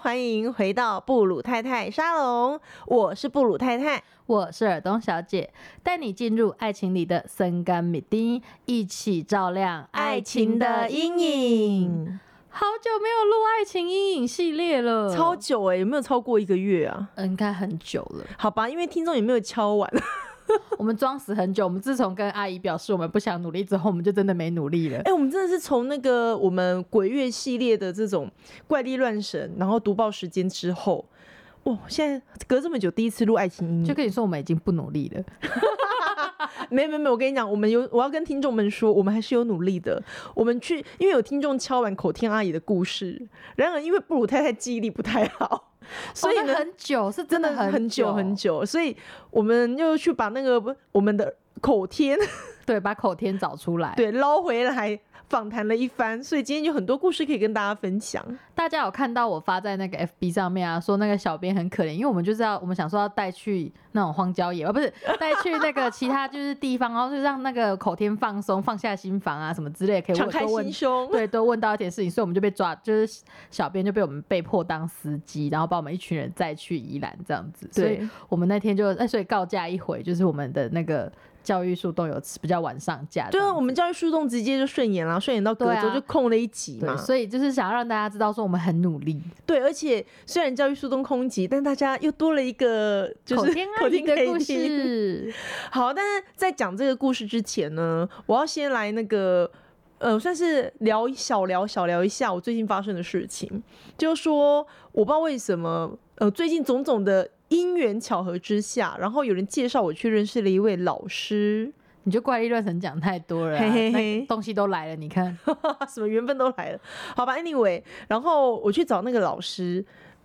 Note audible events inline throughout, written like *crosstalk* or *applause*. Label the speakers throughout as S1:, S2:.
S1: 欢迎回到布鲁太太沙龙，我是布鲁太太。
S2: 我是尔东小姐，带你进入爱情里的森甘米丁，一起照亮爱情的阴影。
S1: 嗯，
S2: 好久没有录爱情阴影系列了，
S1: 超久哎、有没有超过一个月啊？
S2: 呃应该很久了。
S1: 好吧，因为听众也没有敲 *laughs* 完，哎、
S2: 我们装死很久，我们自从跟阿姨表示我们不想努力之后，我们就真的没努
S1: *laughs*
S2: 力了。
S1: 哎我们真的是从那个我们鬼月系列的这种怪力乱神，然后读报时间之后，哇，现在隔这么久第一次录爱情音
S2: 就跟你说，我们已经不努力了。
S1: 没没没，我跟你讲，我们有我要跟听众们说，我们还是有努力的。我们去，因为有听众敲完口天阿姨的故事，然而因为布鲁太太记忆力不太好，所以
S2: 哦那
S1: 呢，
S2: 很久是
S1: 真
S2: 真
S1: 的
S2: 的
S1: 很久
S2: 久
S1: 很。久，所以我们又去把那个我们的口天 *laughs*
S2: 对，把口天找出来。，
S1: 对捞回来。访谈了一番，所以今天有很多故事可以跟大家分享。
S2: 大家有看到我发在那个 FB 上面啊，说那个小编很可怜，因为我们就是要我们想说要带去那种荒郊野外，
S1: *laughs*
S2: 不是带去那个其他就是地方，然后就让那个口天放松，放下心房啊什么之类，可以
S1: 敞
S2: 问
S1: 开
S2: 多
S1: 心
S2: 问。
S1: 胸，
S2: *laughs* 对，都问到一点事情，所以我们就被抓，就是小编就被我们被迫当司机，然后把我们一群人载去宜兰这样子。所以
S1: 对
S2: 我们那天就，哎，所以告假一回，就是我们的那个教育树都有比较晚上架这
S1: 对
S2: 样
S1: 啊，
S2: 子。
S1: 我们教育树洞直接就顺延了，顺延到隔
S2: 对
S1: 周
S2: 啊
S1: 就空了一集嘛
S2: 对，。所以就是想要让大家知道说我们很努力。
S1: 对，而且虽然教育树洞空集，但大家又多了一个就是
S2: 口天阿
S1: 口
S2: 姨
S1: 天
S2: 的
S1: 可以
S2: 故
S1: 听
S2: 事，
S1: 好，但是在讲这个故事之前呢，我要先来那个。呃，算是聊小聊小聊一下我最近发生的事情，就是说我不知道为什么，呃，最近种种的因缘巧合之下，然后有人介绍我去认识了一位老师，
S2: *laughs* 你就怪力乱神讲太多了啊、
S1: 嘿嘿
S2: 那
S1: 嘿
S2: 东西都来了，你看，
S1: *laughs*
S2: *laughs*
S1: 什么缘分都来了，好吧，anyway，然后我去找那个老师，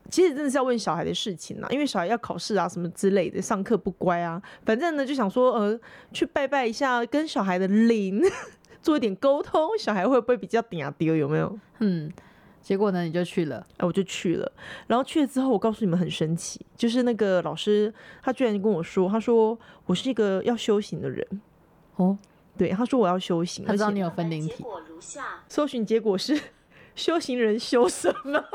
S1: 其实真的是要问小孩的事情啦，因为小孩要考试啊什么之类的，上课不乖啊，反正呢就想说呃去拜拜一下，跟小孩的灵 *laughs* 做一点沟通，小孩会不会比较嗲丢有没有？
S2: 嗯，结果呢，你就去了，
S1: 哎，我就去了，然后去了之后，我告诉你们很神奇，就是那个老师他居然跟我说，他说我是一个要修行的人，
S2: 哦，
S1: 对，他说我要修行，
S2: 他知道
S1: 而且
S2: 你有分灵体
S3: 结，果如下，
S1: 搜寻结果是 *laughs* 修行人修什么？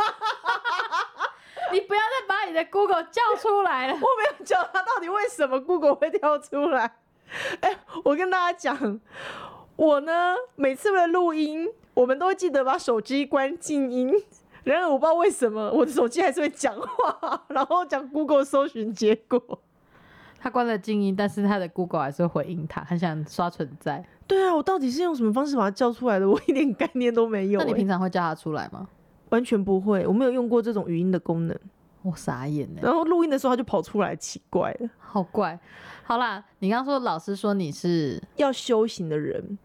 S2: 哎你不要再把你的 Google 叫出来了。
S1: 我没有教他到底为什么 Google 会跳出来。哎、我跟大家讲，我呢每次为了录音，我们都会记得把手机关静音。然而我不知道为什么我的手机还是会讲话，然后讲 Google 搜寻结果。
S2: *laughs* 他关了静音，但是他的 Google 还是会回应他，很想刷存在。
S1: 对啊，我到底是用什么方式把它叫出来的？我一点概念都没有、
S2: 那你
S1: 哎
S2: 平常会叫他出来吗？
S1: 完全不会，我没有用过这种语音的功能。
S2: 我哦傻眼呢、
S1: 然后录音的时候它就跑出来，奇怪了。
S2: 好怪。好啦，你刚刚说老师说你是
S1: 要修行的人，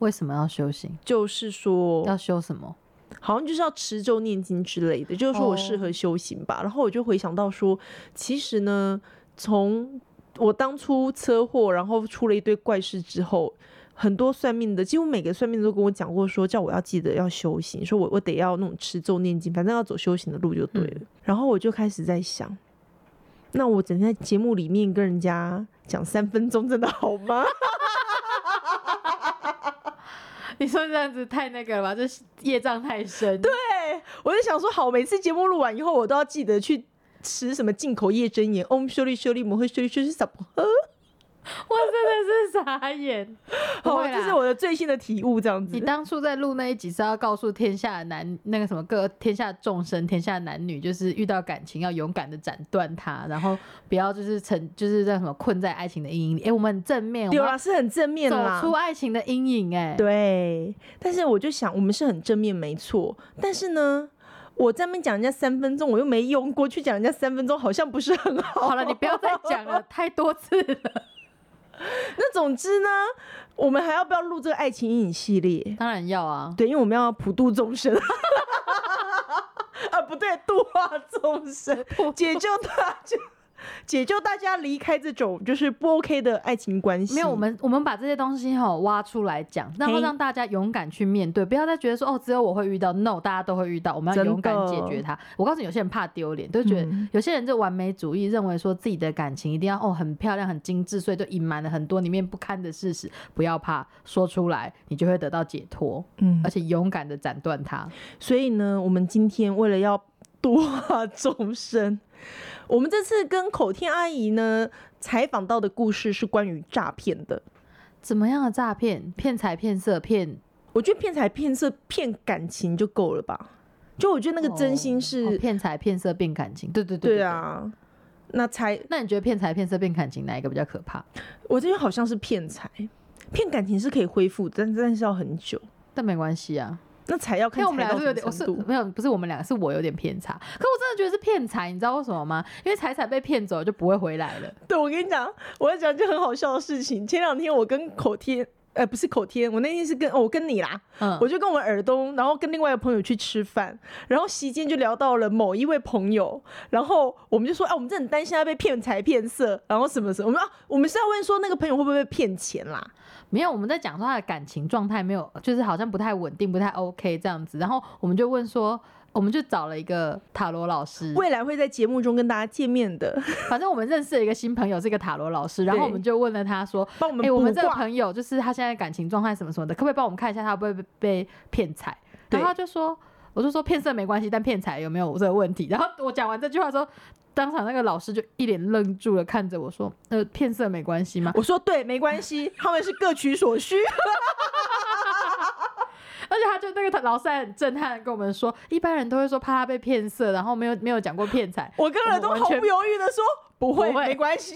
S2: 为什么要修行？
S1: 就是说
S2: 要修什么？
S1: 好像就是要持咒念经之类的，就是说我适合修行吧。然后我就回想到说，其实呢，从我当初车祸，然后出了一堆怪事之后，很多算命的，几乎每个算命的都跟我讲过说，叫我要记得要修行，说我我得要那种持咒念经，反正要走修行的路就对了。然后我就开始在想，那我整天在节目里面跟人家讲三分钟，真的好吗？
S2: *laughs* 你说这样子太那个了吧？这业障太深。对，
S1: 我就想说，好，每次节目录完以后，我都要记得去吃什么进口叶真言，Om 修利修利摩诃修利修利萨婆诃。
S2: 我真的是傻 *laughs* 眼。不
S1: 好，
S2: 会啦
S1: *laughs* 这是我的最新的体悟，这样子
S2: 你。当初在录那一集是要告诉天下男那个什么各天下众生、天下男女，就是遇到感情要勇敢的斩断它，然后不要就是成就是叫什么困在爱情的阴影里。哎、我们很正面，我
S1: 有
S2: 们
S1: 啦，
S2: 要
S1: 啊是很正面啦
S2: 走。出爱情的阴影、哎，
S1: 对，但是我就想，我们是很正面，没错。但是呢，我在那边讲人家三分钟，我又没用过，去讲人家三分钟，好像不是很好。
S2: 好了，你不要再讲了，太多次了。
S1: *laughs* 那总之呢，我们还要不要录这个爱情阴影系列？
S2: *laughs* 当然要啊，
S1: 对，因为我们要普度众生。 *laughs* 啊，不对，度化众
S2: *laughs*
S1: 生，解救大家， *laughs* 解救大家离开这种就是不 OK 的爱情关系。
S2: 没有我们我们把这些东西哈挖出来讲，然后
S1: 嘿
S2: 让大家勇敢去面对，不要再觉得说哦只有我会遇到，no，大家都会遇到，我们要
S1: 真的
S2: 勇敢解决它。我告诉你，有些人怕丢脸，就觉得、
S1: 嗯
S2: 有些人就完美主义，认为说自己的感情一定要哦很漂亮、很精致，所以就隐瞒了很多里面不堪的事实。不要怕，说出来你就会得到解脱，
S1: 嗯
S2: 而且勇敢的斩断它。
S1: 所以呢，我们今天为了要度化众生。我们这次跟口天阿姨呢采访到的故事是关于诈骗的。
S2: 怎么样的诈骗？骗财骗色骗？
S1: 我觉得骗财骗色骗感情就够了吧？就我觉得那个真心是，
S2: 哦哦骗财骗色骗感情？对对对
S1: 对。啊。那财，
S2: 对那你觉得骗财骗色骗感情哪一个比较可怕？
S1: 我这边好像是骗财，骗感情是可以恢复的，但但是要很久。
S2: 但没关系啊，
S1: 那财要
S2: 因
S1: 看
S2: 为我们
S1: 财到
S2: 俩是
S1: 什
S2: 有
S1: 么
S2: 点，我是
S1: 程度。
S2: 没有，不是我们俩，是我有点偏差。可我真的觉得是骗财，你知道为什么吗？因为财财被骗走了就不会回来了。
S1: 对，我跟你讲，我要讲一件很好笑的事情。前两天我跟口天，呃，不是口天，我那天是跟、哦我跟你啦，
S2: 嗯，
S1: 我就跟我耳东，然后跟另外一个朋友去吃饭，然后席间就聊到了某一位朋友，然后我们就说，啊，我们真的很担心他被骗财骗色，然后什么什么，我们啊，我们是要问说那个朋友会不会被骗钱啦？
S2: 没有，我们在讲说他的感情状态没有，就是好像不太稳定，不太 OK 这样子。然后我们就问说，我们就找了一个塔罗老师，
S1: 未来会在节目中跟大家见面的，
S2: 反正我们认识了一个新朋友，是一个塔罗老师。然后我们就问了他说，
S1: 帮我
S2: 哎、
S1: 们
S2: 我
S1: 卜
S2: 们这个
S1: 卦。
S2: 朋友就是他现在感情状态什么什么的，可不可以帮我们看一下他会不会被被骗财？然后他就说，我就说骗色没关系，但骗财有没有这个问题？然后我讲完这句话之后，当场那个老师就一脸愣住了，看着我说，呃，骗色没关系吗？ *laughs*
S1: 我说对，没关系，他们是各取所 *laughs* 需。
S2: 而且他就那个老师还很震撼地跟我们说，一般人都会说怕他被骗色，然后没有没有讲过骗财。
S1: 我跟耳东
S2: 我们
S1: 毫
S2: 完全
S1: 不犹豫的说，不会，*laughs*
S2: 不会
S1: 没关系，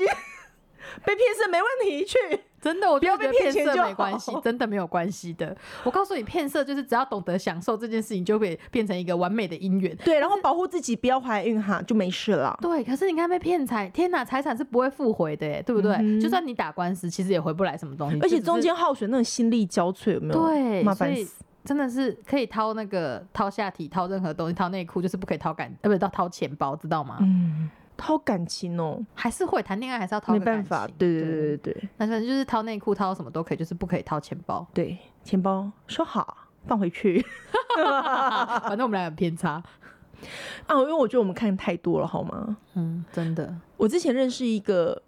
S1: 被骗是没问题，去。
S2: 真的，我
S1: 不
S2: 就
S1: 要
S2: 觉得
S1: 被骗钱
S2: 色
S1: 就
S2: 没关系
S1: 好，
S2: 真的没有关系的。我告诉你，骗色就是只要懂得享受这件事情，就会变成一个完美的姻缘。
S1: 对，然后保护自己不要怀孕哈，就没事了。
S2: 对，可是你看被骗财，天哪，财产是不会复回的耶，对不对？
S1: 嗯哼
S2: 就算你打官司，其实也回不来什么东西。
S1: 而且
S2: 就只是
S1: 中间耗损那种心力交瘁，有没有？
S2: 对，
S1: 麻烦
S2: 所以
S1: 死。
S2: 真的是可以掏那个掏下体、掏任何东西、掏内裤，就是不可以掏感，呃，不是掏掏钱包，知道吗？
S1: 嗯，掏感情哦，
S2: 还是会谈恋爱，还是要掏
S1: 没
S2: 个
S1: 办
S2: 感
S1: 法。
S2: 情
S1: 对对对对。
S2: 那反正就是掏内裤、掏什么都可以，就是不可以掏钱包
S1: *laughs*
S2: *laughs*
S1: 对，钱包收好，放回 *laughs* 去
S2: 反正我们俩有偏差。
S1: 啊！因为我觉得我们看太多了，好吗？
S2: 嗯，真的。
S1: 我之前认识一个，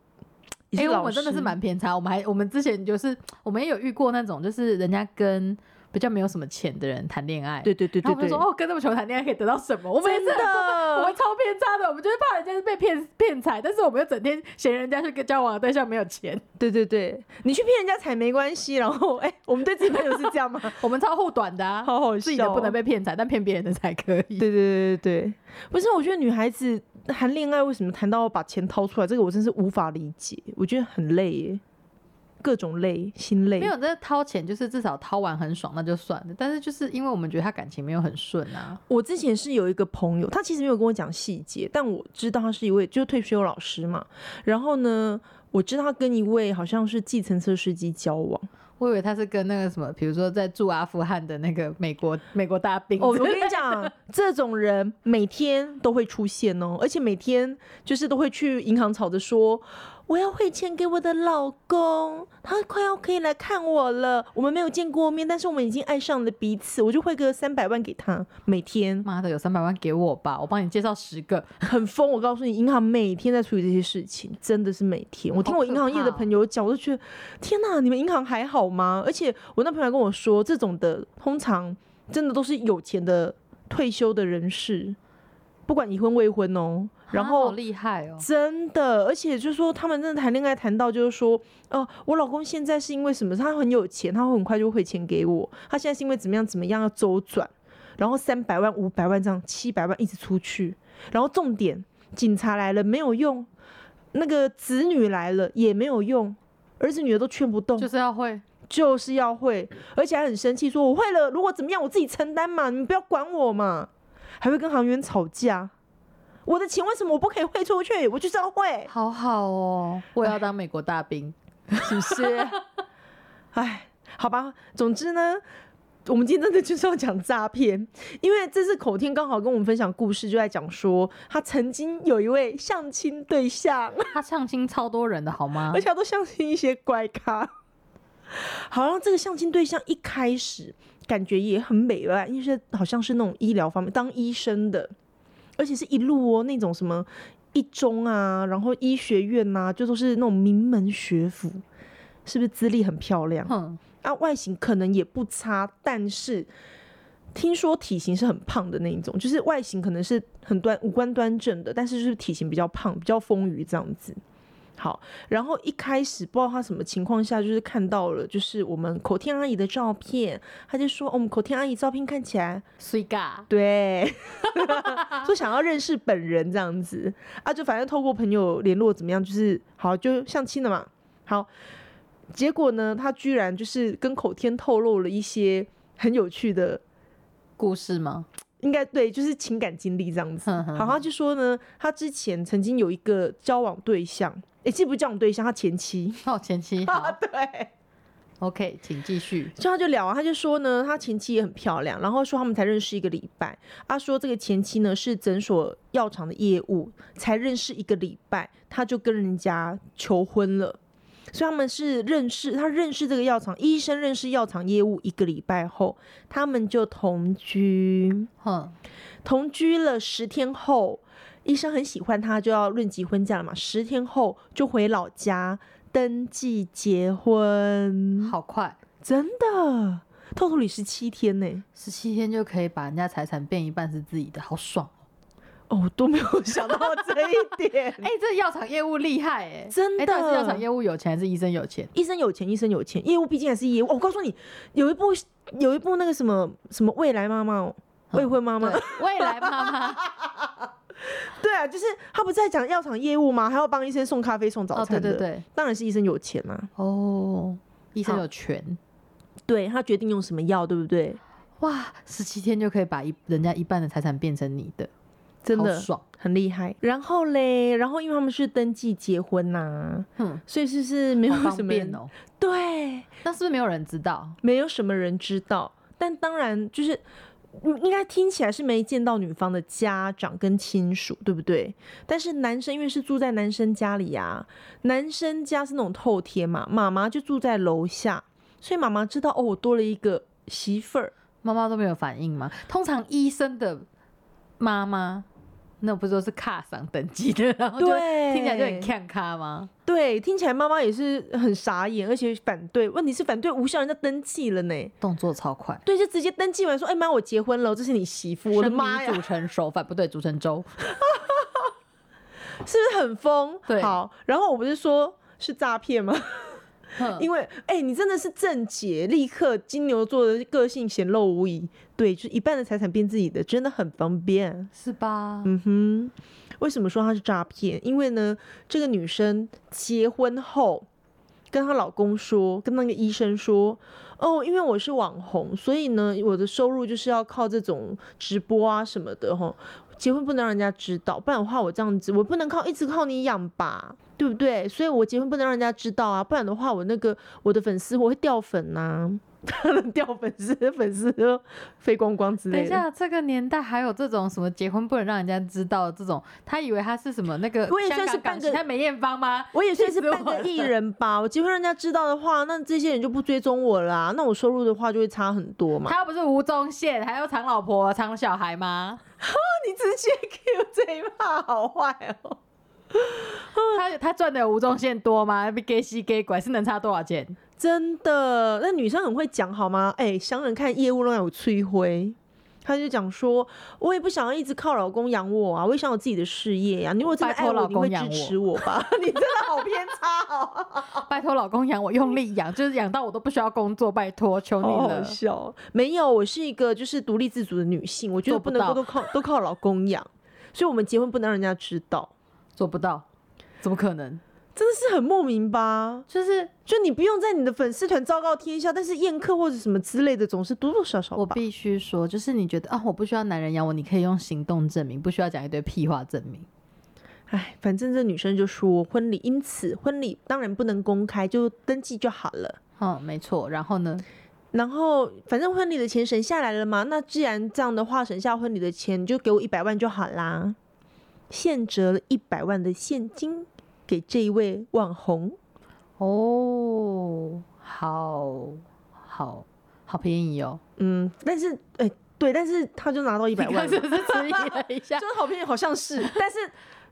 S1: 也
S2: 哎、
S1: 是
S2: 我
S1: 老
S2: 们
S1: 师，
S2: 真的是蛮偏差。我们还我们之前就是我们也有遇过那种，就是人家跟比较没有什么钱的人谈恋爱，
S1: 对对对对
S2: 然后我们
S1: 对
S2: 就说，哦，跟那么穷谈恋爱可以得到什么？我们也
S1: 哦真
S2: 是很过分我
S1: 的
S2: 们。超偏差的，我们就是怕人家是被骗骗财，但是我们又整天嫌人家去跟交往的对象没有钱，
S1: 对对对，你去骗人家才没关系。然后，哎、我们对自己朋友是这
S2: *laughs*
S1: 样吗？
S2: 我们超护短的、啊，
S1: 好好笑、哦，
S2: 自己的不能被骗财，但骗别人的才可以。
S1: 对对对对对，不是，我觉得女孩子谈恋爱为什么谈到要把钱掏出来，这个我真是无法理解，我觉得很累耶，各种累，心累
S2: 没。有，这掏钱就是至少掏完很爽，那就算了。但是就是因为我们觉得他感情没有很顺啊，
S1: 我之前是有一个朋友，他其实没有跟我讲细节，但我知道他是一位就是退休老师嘛。然后呢，我知道他跟一位好像是计程车司机交往。
S2: 我以为他是跟那个什么，比如说在驻阿富汗的那个美国 *laughs* 美国大兵之
S1: 哦，
S2: 类
S1: 我
S2: 的。
S1: 跟你讲，这种人每天都会出现哦，而且每天就是都会去银行吵着说。我要汇钱给我的老公，他快要可以来看我了。我们没有见过面，但是我们已经爱上了彼此。我就汇个三百万给他，每天
S2: 妈的，有三百万给我吧，我帮你介绍十个。
S1: 很疯。我告诉你，银行每天在处理这些事情，真的是每天。我听
S2: 好
S1: 我
S2: 可
S1: 银行业的
S2: 怕哦
S1: 朋友讲，我都觉得天哪，你们银行还好吗？而且我那朋友还跟我说，这种的通常真的都是有钱的退休的人士，不管已婚未婚哦。然
S2: 啊
S1: 后
S2: 好厉害哦，
S1: 真的，而且就是说，他们真的谈恋爱谈到就是说，呃，我老公现在是因为什么？他很有钱，他会很快就会汇钱给我。他现在是因为怎么样怎么样要周转，然后三百万、五百万这样，七百万一直出去。然后重点，警察来了没有用，那个子女来了也没有用，儿子女儿都劝不动，
S2: 就是要会
S1: 就是要会，而且还很生气，说我会了，如果怎么样我自己承担嘛，你们不要管我嘛，还会跟行员吵架。我的钱为什么我不可以汇出去？我就是要汇，
S2: 好好哦，我也要当美国大兵。
S1: 是不是？哎，好吧，总之呢，我们今天真的就是要讲诈骗，因为这次口天刚好跟我们分享故事，就在讲说他曾经有一位相亲对象，
S2: 他上亲超多人的好
S1: *laughs*
S2: 吗
S1: 而？且他都相信一些怪咖。 *laughs* 好像这个相亲对象一开始感觉也很美吧，因为是好像是那种医疗方面当医生的，而且是一路哦那种什么一中啊，然后医学院呐、就都是那种名门学府，是不是资历很漂亮
S2: 哼，
S1: 啊？外形可能也不差，但是听说体型是很胖的那一种，就是外形可能是很端五官端正的，但是就是体型比较胖，比较丰腴这样子。好，然后一开始不知道他什么情况下，就是看到了就是我们口天阿姨的照片，他就说、哦我们口天阿姨照片看起来
S2: 水嘎，
S1: 对， *laughs* 说想要认识本人这样子啊，就反正透过朋友联络怎么样，就是好就相亲了嘛。好，结果呢，他居然就是跟口天透露了一些很有趣的，
S2: 故事吗？
S1: 应该对，就是情感经历这样子。
S2: 哼哼
S1: 好，他就说呢，他之前曾经有一个交往对象，诶，既不是交往对象，他前妻。
S2: 哦，前妻
S1: 啊，
S2: 好
S1: *laughs* 对，
S2: ，OK，请继续。
S1: 就他就聊啊，他就说呢，他前妻也很漂亮，然后说他们才认识一个礼拜。他说这个前妻呢是诊所药厂的业务，才认识一个礼拜，他就跟人家求婚了。所以他们是认识，他认识这个药厂医生，认识药厂业务一个礼拜后，他们就同居。
S2: 哼，
S1: 同居了十天后，医生很喜欢他，就要论及婚嫁了嘛。十天后就回老家登记结婚。
S2: 好快，
S1: 真的，透透里是七天呢、
S2: 十七天就可以把人家财产变一半是自己的，好爽！
S1: 哦，我都没有想到这一点。 *laughs*
S2: 哎、这药厂业务厉害哎、
S1: 嗯真的
S2: 哎到底是药厂业务有钱还是医生有钱？
S1: 医生有钱，医生有钱，业务毕竟还是业务。哦我告诉你，有一部有一部那个什么什么未来妈妈哦，未婚妈妈，
S2: 对，未来妈
S1: *laughs*
S2: 妈哦
S1: 对啊，就是他不是在讲药厂业务吗？还要帮医生送咖啡、送早
S2: 哦，
S1: 餐
S2: 对
S1: 的，
S2: 对对，
S1: 当然是医生有钱啦、啊。
S2: 哦，医生
S1: 好
S2: 有权
S1: 对他决定用什么药，对不对？
S2: 哇，十七天就可以把一人家一半的财产变成你的，
S1: 真
S2: 好
S1: 的
S2: 爽。
S1: 很厉害。然后嘞，然后因为他们是登记结婚呐、
S2: 哼，
S1: 所以是不是没有
S2: 好
S1: 什
S2: 方
S1: 么人
S2: 便哦。
S1: 对，
S2: 但是不是没有人知道？
S1: 没有什么人知道，但当然就是。嗯应该听起来是没见到女方的家长跟亲属，对不对？但是男生因为是住在男生家里啊，男生家是那种透天嘛，妈妈就住在楼下，所以妈妈知道哦，我多了一个媳妇儿，
S2: 妈妈都没有反应吗？通常医生的妈妈，那不是都是卡上等级的，然后就
S1: 对
S2: 听起来就很看卡吗？
S1: 对，听起来妈妈也是很傻眼，而且反对。问题是反对无效，人家登记了呢，
S2: 动作超快。
S1: 对，就直接登记完说，哎妈，我结婚了，这是你媳妇，我的妈呀
S2: 生米，煮成熟饭不对，煮成粥。
S1: 是不是很疯？
S2: 对
S1: 好，然后我不是说是诈骗吗？
S2: *laughs* 哼
S1: 因为哎、你真的是正解，立刻金牛座的个性显露无遗。对，就是一半的财产变自己的，真的很方便。
S2: 是吧？
S1: 嗯哼，为什么说它是诈骗？因为呢，这个女生结婚后跟她老公说，跟那个医生说，哦，因为我是网红，所以呢，我的收入就是要靠这种直播啊什么的吼。结婚不能让人家知道，不然的话我这样子，我不能靠一直靠你养吧，对不对？所以我结婚不能让人家知道啊，不然的话我那个我的粉丝我会掉粉呐、 *laughs* 掉粉丝，粉丝都飞光光之
S2: 等
S1: 类
S2: 一
S1: 的。
S2: 下，这个年代还有这种什么结婚不能让人家知道的这种，他以为他是什么那个
S1: 我也
S2: 香
S1: 算
S2: 港
S1: 是
S2: 港
S1: 半
S2: 星
S1: 个
S2: 他梅艳芳吗？
S1: 我也算
S2: 气
S1: 是
S2: 死
S1: 半
S2: 我
S1: 个
S2: 了
S1: 艺人吧，我结婚让人家知道的话，那这些人就不追踪我啦、那我收入的话就会差很多
S2: *laughs*
S1: 嘛。
S2: 他又不是吴宗宪，还要藏老婆、藏小孩吗？
S1: 你直接 Q 这一趴，好坏哦。
S2: 他他赚的有吴宗宪多吗？比 gay 西 gay 拐是能差多少钱？
S1: 真的，那女生很会讲好吗？哎、商人看业务让我吹灰，她就讲说，我也不想要一直靠老公养我啊，我也想有自己的事业呀、你如果真的
S2: 拜
S1: 爱
S2: 托老
S1: 我，你会
S2: 公养
S1: 支
S2: 我
S1: 持我
S2: *laughs*
S1: 吧？你真的好偏差哦。
S2: 拜托老公养我，用力养，就是养到我都不需要工作，拜托，求你 *laughs*
S1: 好
S2: 了
S1: 好。笑。没有，我是一个就是独立自主的女性，我觉得
S2: 做
S1: 不
S2: 不
S1: 能够
S2: 到
S1: 都靠都靠老公养，所以我们结婚不能让人家知道，
S2: 做不到，怎么可能？
S1: 真的是很莫名吧？
S2: 就是
S1: 就你不用在你的粉丝团昭告天下，但是宴客或者什么之类的，总是多多少少
S2: 我
S1: 吧。
S2: 必须说，就是你觉得啊，我不需要男人养我，你可以用行动证明，不需要讲一堆屁话证明。
S1: 哎，反正这女生就说婚礼，因此婚礼当然不能公开，就登记就好了。
S2: 嗯，没错。然后呢？
S1: 然后反正婚礼的钱省下来了嘛，那既然这样的话，省下婚礼的钱，你就给我一百万就好啦。现折了一百万的现金给这一位网红，
S2: 哦，好好好便宜哦，
S1: 嗯，但是哎、对，但是他就拿到一
S2: 一
S1: 百
S2: *laughs*
S1: 万
S2: 是
S1: 了，
S2: 不是迟疑了一 *laughs* 下？
S1: 就是好便宜，好像是，但是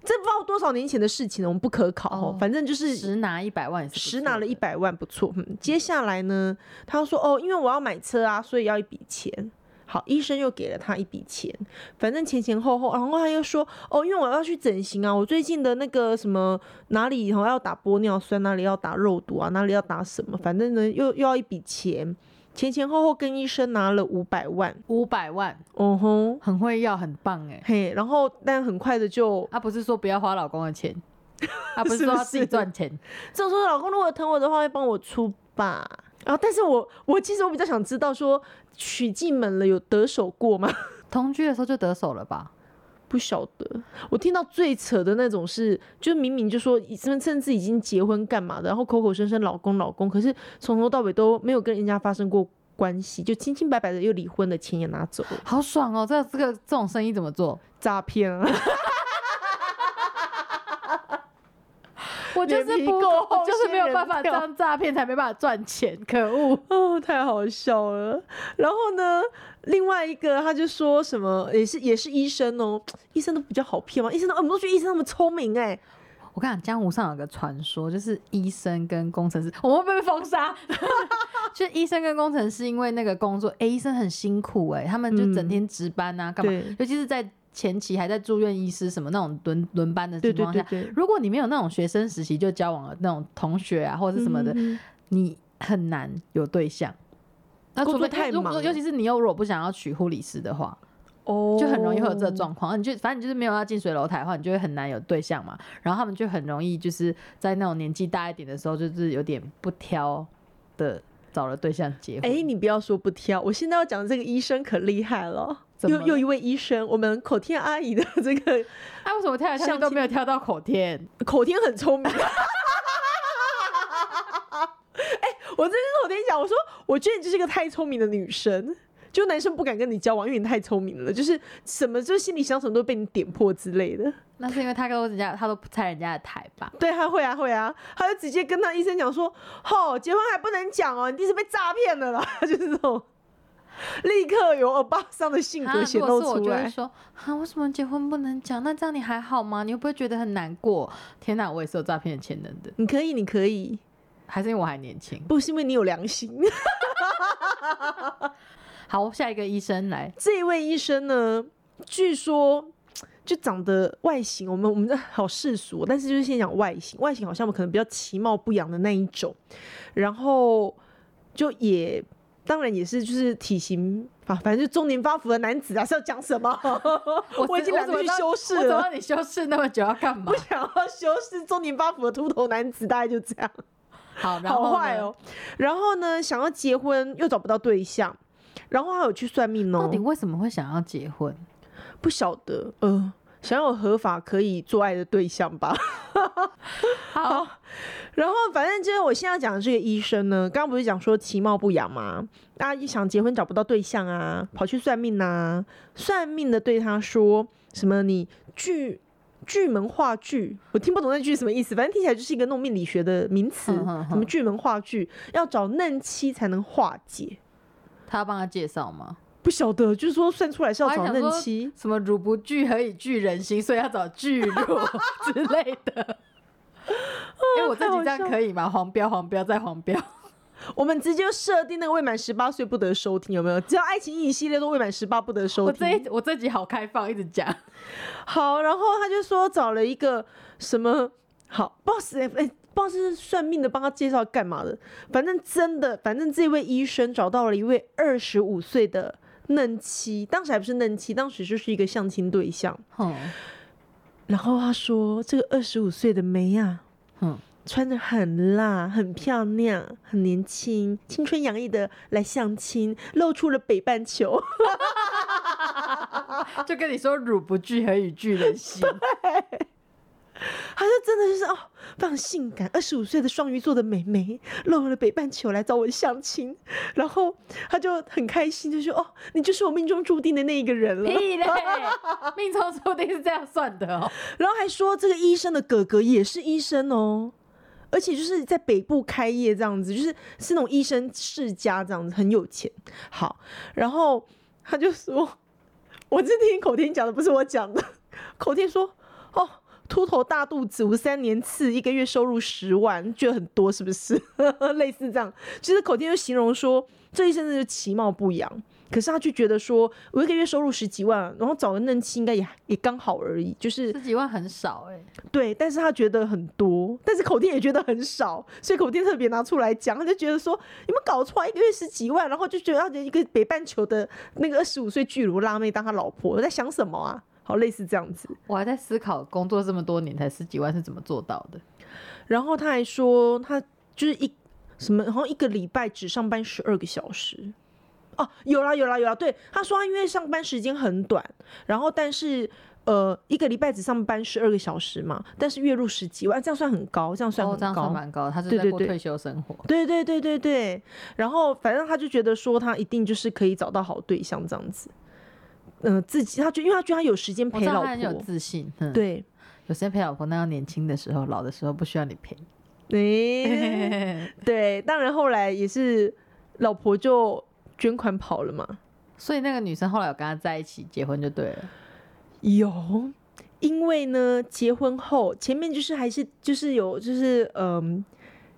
S1: 这不知道多少年前的事情了，我们不可考哦
S2: 哦。
S1: 反正就是
S2: 实拿一百万，
S1: 实拿了一
S2: 百。
S1: 百万，不错。嗯，接下来呢，他说哦，因为我要买车啊，所以要一笔钱。好，医生又给了他一笔钱，反正前前后后，然后他又说，哦，因为我要去整形啊，我最近的那个什么哪里然后要打玻尿酸，哪里要打肉毒啊，哪里要打什么，反正呢又又要一笔钱，前前后后跟医生拿了五百万，
S2: 五百万，
S1: 哦吼，
S2: 很会要，很棒哎。
S1: 嘿，然后但很快的就，
S2: 啊他、不是说不要花老公的钱，他、不
S1: *laughs*
S2: 是
S1: 是不
S2: 说要自己
S1: 是
S2: 赚钱，
S1: 这种说老公如果疼我的话，会帮我出吧。然后，但是我我其实我比较想知道说娶进门了有得手过吗？
S2: 同居的时候就得手了吧？
S1: *laughs* 不晓得，我听到最扯的那种是，就明明就说已甚甚至已经结婚干嘛的，然后口口声声老公老公，可是从头到尾都没有跟人家发生过关系，就清清白白的又离婚了，钱也拿走了，
S2: 好爽哦！这这个这种生意怎么做？
S1: 诈骗啊！
S2: 我就是
S1: 脸皮
S2: 不，
S1: 够
S2: 我
S1: 厚
S2: 就是没
S1: 仙
S2: 有
S1: 人
S2: 办法这
S1: 跳
S2: 样诈骗，才没办法赚钱，可
S1: *laughs*
S2: 恶！
S1: 哦，太好笑了。然后呢，另外一个他就说什么，也是也是医生哦，医生都比较好骗嘛，医生都、呃我们都觉得医生那么聪明哎、
S2: 我跟你讲，江湖上有个传说，就是医生跟工程师，我们会不会被封杀？ *laughs* 就是医生跟工程师，因为那个工作，哎、医生很辛苦哎、他们就整
S1: 嗯
S2: 天值班啊，干嘛？
S1: 对
S2: 尤其是在前期还在住院医师什么那种轮轮班的
S1: 对
S2: 情
S1: 对
S2: 况下，
S1: 对对，
S2: 如果你没有那种学生时期就交往的那种同学啊，或者是什么的，
S1: 嗯
S2: 你很难有对象。那除
S1: 工作
S2: 非
S1: 太
S2: 如果
S1: 忙了
S2: 尤其是你又如果不想要娶护理师的话，
S1: 哦，
S2: 就很容易会有这个状况。你就反正你就是没有要近水楼台的话，你就会很难有对象嘛。然后他们就很容易就是在那种年纪大一点的时候，就是有点不挑的找了对象结婚。
S1: 哎、你不要说不挑，我现在要讲的这个医生可厉害了。
S2: 怎么
S1: 又
S2: 了
S1: 又一位医生，我们口天阿姨的这个
S2: 哎、为什么挑来挑去
S1: 相
S2: 都
S1: 亲
S2: 没有挑到口天？
S1: 口天很聪明。 *laughs* 哎、我真的跟口天讲，我说我觉得你就是个太聪明的女生，就男生不敢跟你交往，因为你太聪明了，就是什么就是心里想什么都被你点破之类的。
S2: 那是因为他跟人家他都不拆人家的台吧？
S1: 对，他会啊会啊，他就直接跟他医生讲说：“吼、结婚还不能讲哦，你一定是被诈骗了啦！” *laughs* 就是这种，立刻有欧巴桑的性
S2: 啊
S1: 格显
S2: 如
S1: 露
S2: 果是我
S1: 出
S2: 就
S1: 来。
S2: 会说，啊，为什么结婚不能讲？那这样你还好吗？你会不会觉得很难过？天哪，我也是有诈骗的潜能的，
S1: 你可以，你可以，
S2: 还是因为我还年轻？
S1: 不是因为你有良心。
S2: 好，下一个医生来，
S1: 这一位医生呢，据说就长得外形，我们我们这好世俗，但是就是先讲外形，外形好像我们可能比较其貌不扬的那一种，然后就也当然也是就是体型啊，反正就中年发福的男子啊，是要讲什
S2: *laughs*
S1: 么？ *laughs*
S2: 我
S1: 我已
S2: 只
S1: 经懒得
S2: 我
S1: 去
S2: 怎么知道
S1: 修饰
S2: 我怎么知
S1: 了，
S2: 道你修饰那么久要干嘛
S1: 不？想要修饰中年发福的秃头男子，大概就这样。
S2: 好，然后
S1: 好坏
S2: 呢
S1: 哦。然后呢，想要结婚又找不到对象，然后还有去算命
S2: 到
S1: 哦
S2: 底，为什么会想要结婚？
S1: 不晓得，呃，想要有合法可以做爱的对象吧。 *laughs*
S2: 好，
S1: 然后反正就是我现在讲的这个医生呢，刚刚不是讲说其貌不扬嘛，大家一想结婚找不到对象啊，跑去算命啊，算命的对他说什么你巨。巨门话剧，我听不懂那句什么意思，反正听起来就是一个弄命理学的名词，
S2: 哼哼哼
S1: 什么巨门话剧，要找嫩妻才能化解。
S2: 他要帮他介绍吗？
S1: 不晓得，就是说算出来是要
S2: 我还
S1: 找
S2: 想
S1: 嫩
S2: 说
S1: 妻，
S2: 什么乳不惧何以惧人心，所以要找
S1: *laughs*
S2: 巨乳之类的。哎、我自己这样可以吗？黄标，黄标再黄标。
S1: 我们直接设定那个未满十八岁不得收听，有没有？只要爱情一系列都未满十八不得收
S2: 我这
S1: 听。
S2: 一我这集好开放，一直讲。
S1: 好，然后他就说找了一个什么好 boss 哎、哎不知道是算命的帮他介绍干嘛的，反正真的，反正这位医生找到了一位二十五岁的嫩妻，当时还不是嫩妻，当时就是一个相亲对象。
S2: 哼
S1: 然后他说，这个二十五岁的梅呀、
S2: 哼，
S1: 穿的很辣，很漂亮，很年轻，青春洋溢的来相亲，露出了北半球。
S2: 就跟你说乳不惧何以惧人心。 *laughs*
S1: 他就真的就是哦，非常性感，二十五岁的双鱼座的美眉露了北半球来找我相亲，然后他就很开心，就说哦，你就是我命中注定的那一个人了。
S2: 屁嘞！命中注定是这样算的哦。
S1: 然后还说这个医生的哥哥也是医生哦，而且就是在北部开业这样子，就是是那种医生世家这样子，很有钱。好，然后他就说，我是听口天讲的，不是我讲的。 *laughs* 口天说，哦，秃头大肚子，无三年次，一个月收入十万，觉得很多 *laughs* 是不是？类似这样，其实口天就形容说，这医生真的就其貌不扬。可是他就觉得说，我一个月收入十几万，然后找个嫩妻应该也也刚好而已，就是
S2: 十几万很少哎、
S1: 对，但是他觉得很多，但是口店也觉得很少，所以口店特别拿出来讲，他就觉得说，你们搞错啊，一个月十几万，然后就觉得要一个北半球的那个二十五岁巨乳辣妹当他老婆，我在想什么啊？好，类似这样子。
S2: 我还在思考工作这么多年才十几万是怎么做到的。
S1: 然后他还说，他就是一什么，然后一个礼拜只上班十二个小时。哦、有啦有啦有啦，对，他说他因为上班时间很短，然后但是呃一个礼拜只上班十二个小时嘛，但是月入十几万，这样算很高，这样算
S2: 哦
S1: 很，
S2: 这样
S1: 高。
S2: 算蛮高的，他是
S1: 对
S2: 在
S1: 对
S2: 过
S1: 对
S2: 退休生活。
S1: 对对对对对，然后反正他就觉得说他一定就是可以找到好对象这样子，嗯、自己他就因为他觉得他有时间
S2: 我
S1: 陪
S2: 知道
S1: 老
S2: 他很有
S1: 婆，
S2: 自信，嗯，，
S1: 对，
S2: *laughs* 有些陪老婆，那要年轻的时候，老的时候不需要你陪。
S1: 诶、
S2: *laughs*
S1: 对，当然后来也是老婆就捐款跑了嘛，
S2: 所以那个女生后来有跟他在一起结婚就对了。
S1: 有，因为呢，结婚后前面就是还是就是有就是嗯。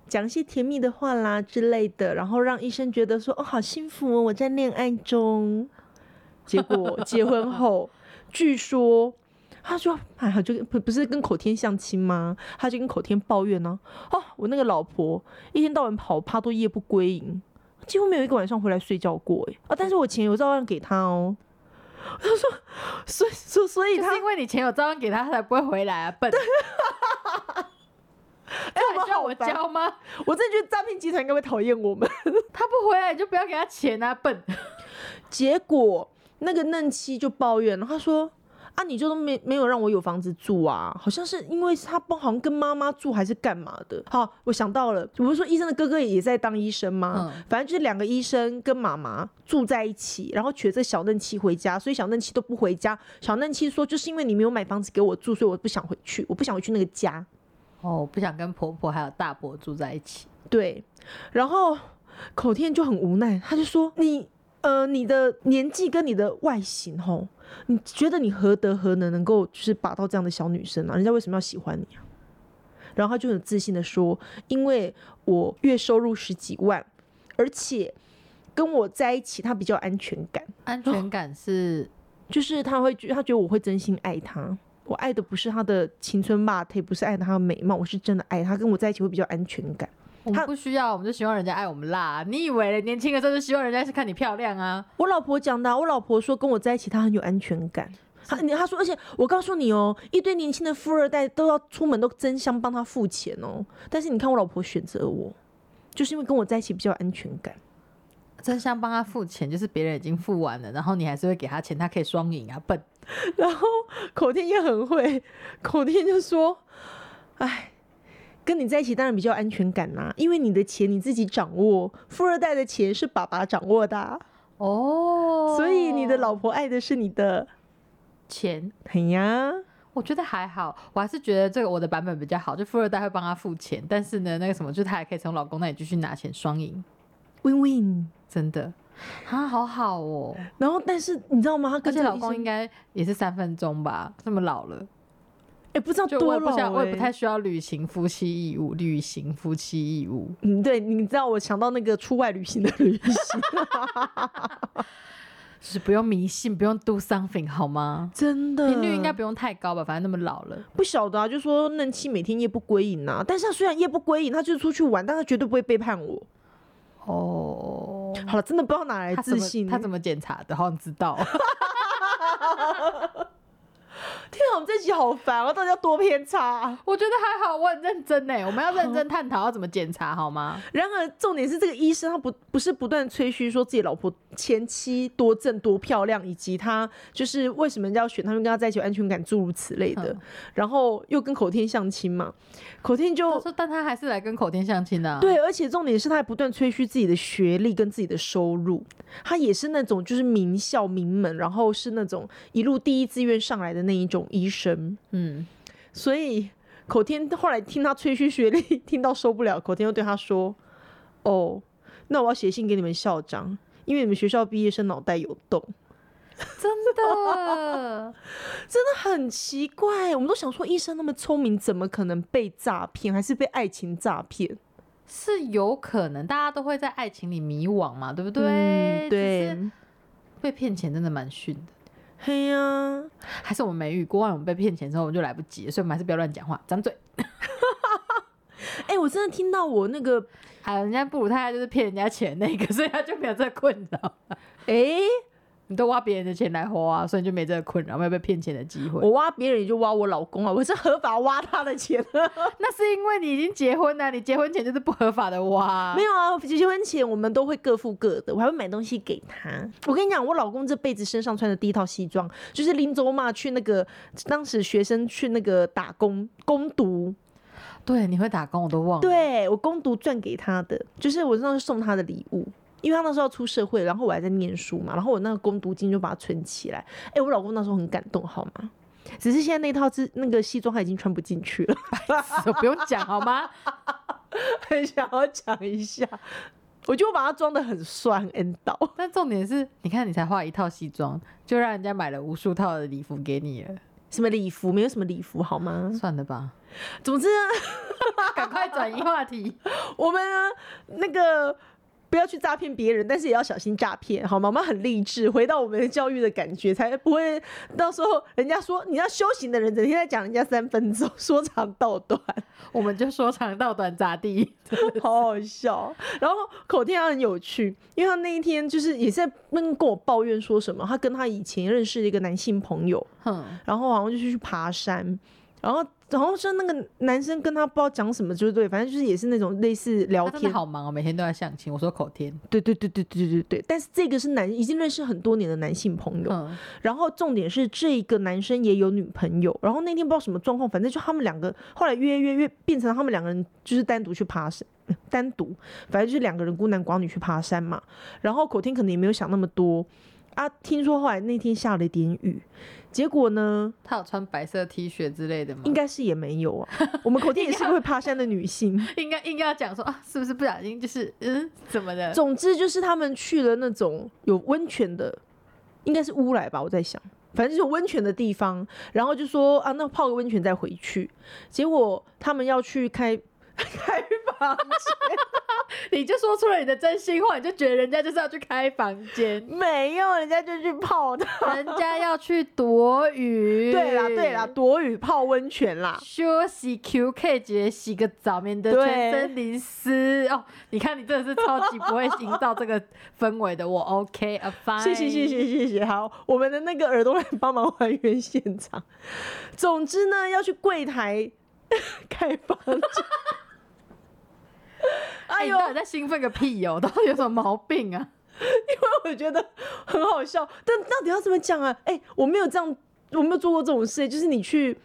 S1: 讲一些甜蜜的话啦之类的，然后让医生觉得说哦，好幸福哦，我在恋爱中。结果 *laughs* 结婚后，据说他说哎呀，就跟不不是跟口天相亲吗？他就跟口天抱怨呢、哦，我那个老婆一天到晚跑趴都夜不归营，几乎没有一个晚上回来睡觉过哎啊！但是我钱有照样给他哦。他说，所以所以所以
S2: 就
S1: 他
S2: 是因为你钱有照样给他，他才不会回来啊，笨！
S1: 哎、
S2: 还需要我
S1: 烦
S2: 教吗？
S1: 我真的觉得诈骗集团应该会讨厌我们。
S2: 他不回来你就不要给他钱啊，笨！
S1: *laughs* 结果那个嫩妻就抱怨了，她说：“啊，你就都没没有让我有房子住啊，好像是因为她不好像跟妈妈住还是干嘛的。”好，我想到了，我不是说医生的哥哥也在当医生吗？
S2: 嗯
S1: 反正就是两个医生跟妈妈住在一起，然后娶这小嫩妻回家，所以小嫩妻都不回家。小嫩妻说：“就是因为你没有买房子给我住，所以我不想回去，我不想回去那个家。”
S2: 哦，我不想跟婆婆还有大伯住在一起。
S1: 对，然后口天就很无奈，他就说：“你呃，你的年纪跟你的外形，吼，你觉得你何德何能能够就是把到这样的小女生啊？人家为什么要喜欢你啊？”然后他就很自信的说：“因为我月收入十几万，而且跟我在一起，他比较有安全感，
S2: *laughs* 安全感是
S1: 就是他会觉他觉得我会真心爱他。”我爱的不是他的青春吧，他也不是爱他的美貌，我是真的爱他，跟我在一起会比较安全感。
S2: 我们不需要，我们就希望人家爱我们辣、你以为年轻的时候就希望人家是看你漂亮啊？
S1: 我老婆讲的啊、我老婆说跟我在一起，她很有安全感。她你她说，而且我告诉你哦，一堆年轻的富二代都要出门都争相帮她付钱哦。但是你看我老婆选择我，就是因为跟我在一起比较有安全感。
S2: 真相帮他付钱，就是别人已经付完了，然后你还是会给他钱，他可以双赢啊，笨！
S1: 然后口天也很会，口天就说：“哎，跟你在一起当然比较有安全感啦、因为你的钱你自己掌握，富二代的钱是爸爸掌握的啊、
S2: 哦
S1: 所以你的老婆爱的是你的。”
S2: 钱，
S1: 哎呀，
S2: 我觉得还好，我还是觉得这个我的版本比较好，就富二代会帮他付钱，但是呢，那个什么，就是他还可以从老公那里继续拿钱，双赢，
S1: win win。
S2: 真的啊，好好哦。
S1: 然后，但是你知道吗？她
S2: 而
S1: 跟
S2: 且
S1: 这个
S2: 老
S1: 医
S2: 公
S1: 生
S2: 应该也是三分钟吧，这么老了，
S1: 哎、不知道
S2: 就
S1: 多
S2: 我也
S1: 老、
S2: 不
S1: 欸，
S2: 想，我也不太需要履行夫妻义务，履行夫妻义务。
S1: 嗯，对，你知道我想到那个出外旅行的旅
S2: *laughs*
S1: 行，
S2: 就是不用迷信，不用 do something 好吗？
S1: 真的
S2: 频率应该不用太高吧，反正那么老了。
S1: 不晓得啊，就说嫩妻每天夜不归营啊，但是他虽然夜不归营，他就是出去玩，但他绝对不会背叛我。
S2: 哦，
S1: 好了，真的不知道哪来
S2: 他
S1: 自
S2: 自
S1: 信，
S2: 信，他怎
S1: 么？
S2: 么检查的？好想知
S1: *laughs*
S2: 道。
S1: 天啊，我们这集好烦啊，到底要多偏差啊、
S2: 我觉得还好，我很认真呢。我们要认真探讨要怎么检查
S1: *laughs*
S2: 好吗？
S1: 然而，重点是这个医生他不不是不断吹嘘说自己老婆前妻多正多漂亮，以及他就是为什么要选他们跟他在一起有安全感诸如此类的
S2: 嗯，
S1: 然后又跟口天相亲嘛，口天就
S2: 他说，但他还是来跟口天相亲的、啊。，
S1: 哦对，而且重点是他还不断吹嘘自己的学历跟自己的收入，他也是那种就是名校名门，然后是那种一路第一志愿上来的那一种医生，
S2: 嗯，
S1: 所以口天后来听他吹嘘学历， *laughs* 听到受不了，口天又对他说：“哦，那我要写信给你们校长，因为你们学校毕业生脑袋有洞。”
S2: 真 *laughs* 的。
S1: 真的很奇怪，我们都想说医生那么聪明，怎么可能被诈骗，还是被爱情诈骗？
S2: 是有可能，大家都会在爱情里迷惘嘛，对不对？
S1: 嗯，对
S2: 只是，被骗钱真的蛮逊的。
S1: 嘿呀、
S2: 还是我们没遇过，万一我们被骗钱之后，我们就来不及了，所以我们还是不要乱讲话，张嘴。
S1: 哎、我真的听到我那个，
S2: 还有人家布鲁太太就是骗人家钱那个，所 *laughs* 以他就没有这个困扰。
S1: 哎、
S2: 你都挖别人的钱来花、啊所以你就没这个困扰，没有被骗钱的机会。
S1: 我挖别人也就挖我老公啊，我是合法挖他的钱啊。
S2: 那是因为你已经结婚了，你结婚前就是不合法的挖。
S1: 没有啊，结婚前我们都会各付各的，我还会买东西给他。我跟你讲，我老公这辈子身上穿的第一套西装，就是林走马去那个当时学生去那个打工攻读，
S2: 对，你会打工我都忘了。，
S1: 对我攻读赚给他的，就是我那时候送他的礼物。因为他那时候要出社会，然后我还在念书嘛，然后我那个攻读金就把它存起来。哎、我老公那时候很感动，好吗？只是现在那套是那个西装他已经穿不进去了， *laughs*
S2: 不用讲好吗？ *laughs*
S1: 很想要讲一下。我就把它装的很帅，很 N 到。
S2: 但重点是，你看你才花一套西装，就让人家买了无数套的礼服给你了，
S1: 什么礼服，没有什么礼服好吗？
S2: 算
S1: *laughs*
S2: 了吧，
S1: 总之呢，
S2: 赶快转移话题。 *laughs*
S1: 我们呢那个不要去诈骗别人，但是也要小心诈骗，好吗？我们很励志，回到我们的教育的感觉，才不会到时候人家说哎你要修行的人，整天在讲人家三分钟，说长道短，
S2: 我们就说长道短咋地？ *laughs*
S1: 好好笑。然后口天他很有趣，因为他那一天就是也是在那边跟我抱怨说什么，他跟他以前认识的一个男性朋友，
S2: 哼，
S1: 然后好像就是去爬山，然后然后是那个男生跟他不知道讲什么，就是对，反正就是也是那种类似聊
S2: 他真的
S1: 天，
S2: 好忙哦，每天都要相亲。我说口天，
S1: 对对对对对对对。但是这个是男已经认识很多年的男性朋友，
S2: 嗯，
S1: 然后重点是这个男生也有女朋友，然后那天不知道什么状况，反正就他们两个后来约约约变成他们两个人就是单独去爬山。呃单独，反正就是两个人孤男寡女去爬山嘛。然后口天可能也没有想那么多啊。听说后来那天下了一点雨，结果呢，
S2: 他有穿白色 T 恤之类的吗？
S1: 应该是也没有啊。我们口天也是个会爬山的女性。
S2: 应该应该要讲说啊，是不是不小心就是嗯怎么的？
S1: 总之就是他们去了那种有温泉的，应该是乌来吧，我在想，反正就是有温泉的地方。然后就说啊，那泡个温泉再回去。结果他们要去开开房，
S2: 你就说出了你的真心话，你就觉得人家就是要去开房 *laughs* 间，
S1: 没有，人家就去泡的。
S2: 人家要去躲雨。
S1: 对啦，对啦，躲雨泡温泉啦。
S2: 休息 QK 节洗个澡，免得
S1: 对
S2: 全身淋湿哦。你看，你真的是超级不会营造这个氛围的。我 OK 啊，fine。 *laughs*
S1: 谢谢谢。谢谢谢，好，我们的那个耳朵来帮忙还原现场。总之呢，要去柜台开房间。哎
S2: 哎
S1: 呦
S2: 呦，，你在兴奋个屁哟、到底有什么毛病啊？
S1: 我觉得很好笑。但到底要怎么讲啊？哎、我没有这样，我没有做过这种事。就是你去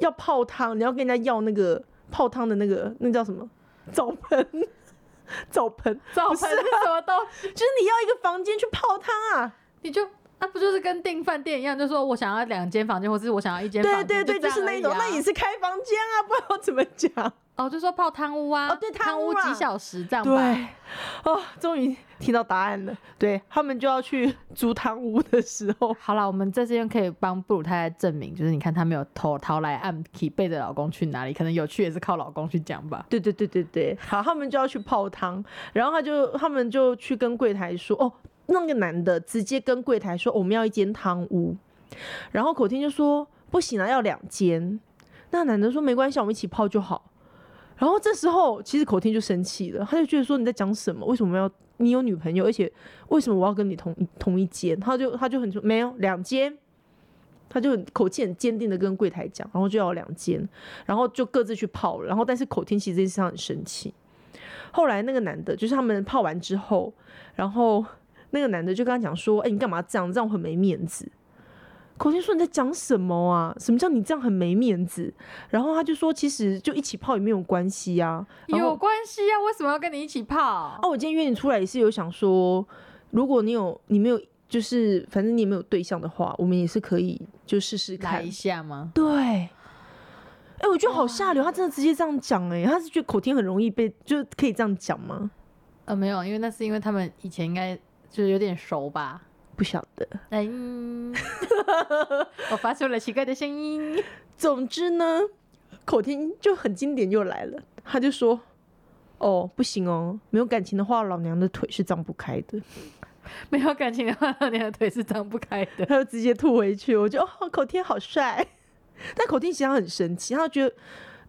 S1: 要泡汤，你要跟人家要那个泡汤的那个那叫什么澡盆，澡盆
S2: 澡
S1: 不
S2: 盆
S1: 是
S2: 是啊什么东西？
S1: 就是你要一个房间去泡汤啊。
S2: 你就啊，不就是跟订饭店一样，就说我想要两间房间，或是我想要一间
S1: 对
S2: 房
S1: 对
S2: 间，
S1: 对，
S2: 就
S1: 就是那一
S2: 种
S1: 种，，那也是开房间啊，不知道怎么讲。
S2: 啊哦，就说泡汤屋啊，
S1: 哦对
S2: 汤
S1: 汤屋啊
S2: 几小时这样
S1: 对
S2: 吧。，
S1: 哦，终于听到答案了。对他们就要去租汤屋的时候，
S2: 好了，我们在这边可以帮布鲁太太证明，就是你看她没有偷逃来暗 k 背着老公去哪里，可能有趣也是靠老公去讲吧。
S1: 对对对对对，好，他们就要去泡汤，然后他就他们就去跟柜台说，哦，那个男的直接跟柜台说哦我们要一间汤屋，然后口天就说不行啊，要两间，那男的说没关系啊，我们一起泡就好。然后这时候其实口天就生气了，他就觉得说你在讲什么？为什么要你有女朋友，而且为什么我要跟你同一同一间？他就他就很没有两间。他就很口气很坚定的跟柜台讲，然后就要两间，然后就各自去泡了。然后但是口天其实这件事上很生气。后来那个男的，就是他们泡完之后，然后那个男的就跟他讲说：“哎、你干嘛这样？这样我很没面子。”口天说：“你在讲什么啊？什么叫你这样很没面子？”然后他就说：“其实就一起泡也没有关系啊。”然后
S2: 有关系啊，为什么要跟你一起泡？
S1: 哦，我今天约你出来也是有想说，如果你有你没有，就是反正你也没有对象的话，我们也是可以就试试
S2: 来
S1: 看
S2: 一。下吗？
S1: 对，哎、我觉得好下流，他真的直接这样讲，哎，他是觉得口天很容易被，就是可以这样讲吗？
S2: 呃，没有，因为那是因为他们以前应该就是有点熟吧。
S1: 不晓得。
S2: *laughs* 嗯，我发出了奇怪的声音。
S1: 总之呢，口天就很经典又来了，他 *laughs* 就说：“哦，不行哦，没有感情的话，老娘的腿是张不开的。”
S2: 没有感情的话，你的腿是张不开的。
S1: 他就直接吐回去。我觉得哦，口天好帅， *laughs* 但口天其实他很生气，他觉得，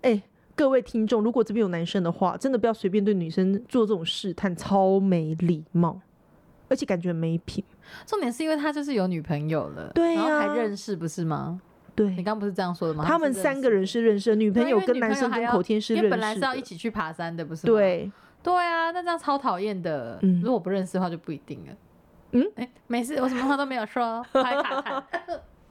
S1: 哎、各位听众，如果这边有男生的话，真的不要随便对女生做这种试探，超没礼貌，而且感觉没品。
S2: *laughs* 重点是因为他就是有女朋友了，
S1: 对
S2: 然
S1: 呀
S2: 后还认识不是吗？你
S1: 对，
S2: 刚不是这样说的吗？
S1: 他们
S2: 是认
S1: 三个人
S2: 识
S1: 是认识的，女朋
S2: 对
S1: 友
S2: 因为
S1: 跟
S2: 女
S1: 男
S2: 朋友
S1: 生
S2: 还
S1: 跟
S2: 要
S1: 口天是
S2: 的，因
S1: 认
S2: 为
S1: 识
S2: 本来是要
S1: 的
S2: 一起去爬山的，不是吗？
S1: 对，
S2: 对啊，那这样超讨厌的。
S1: 嗯
S2: 如果不认识的话就不一定了。
S1: 嗯，
S2: 哎、没事，我什么话都没有说，拍卡卡。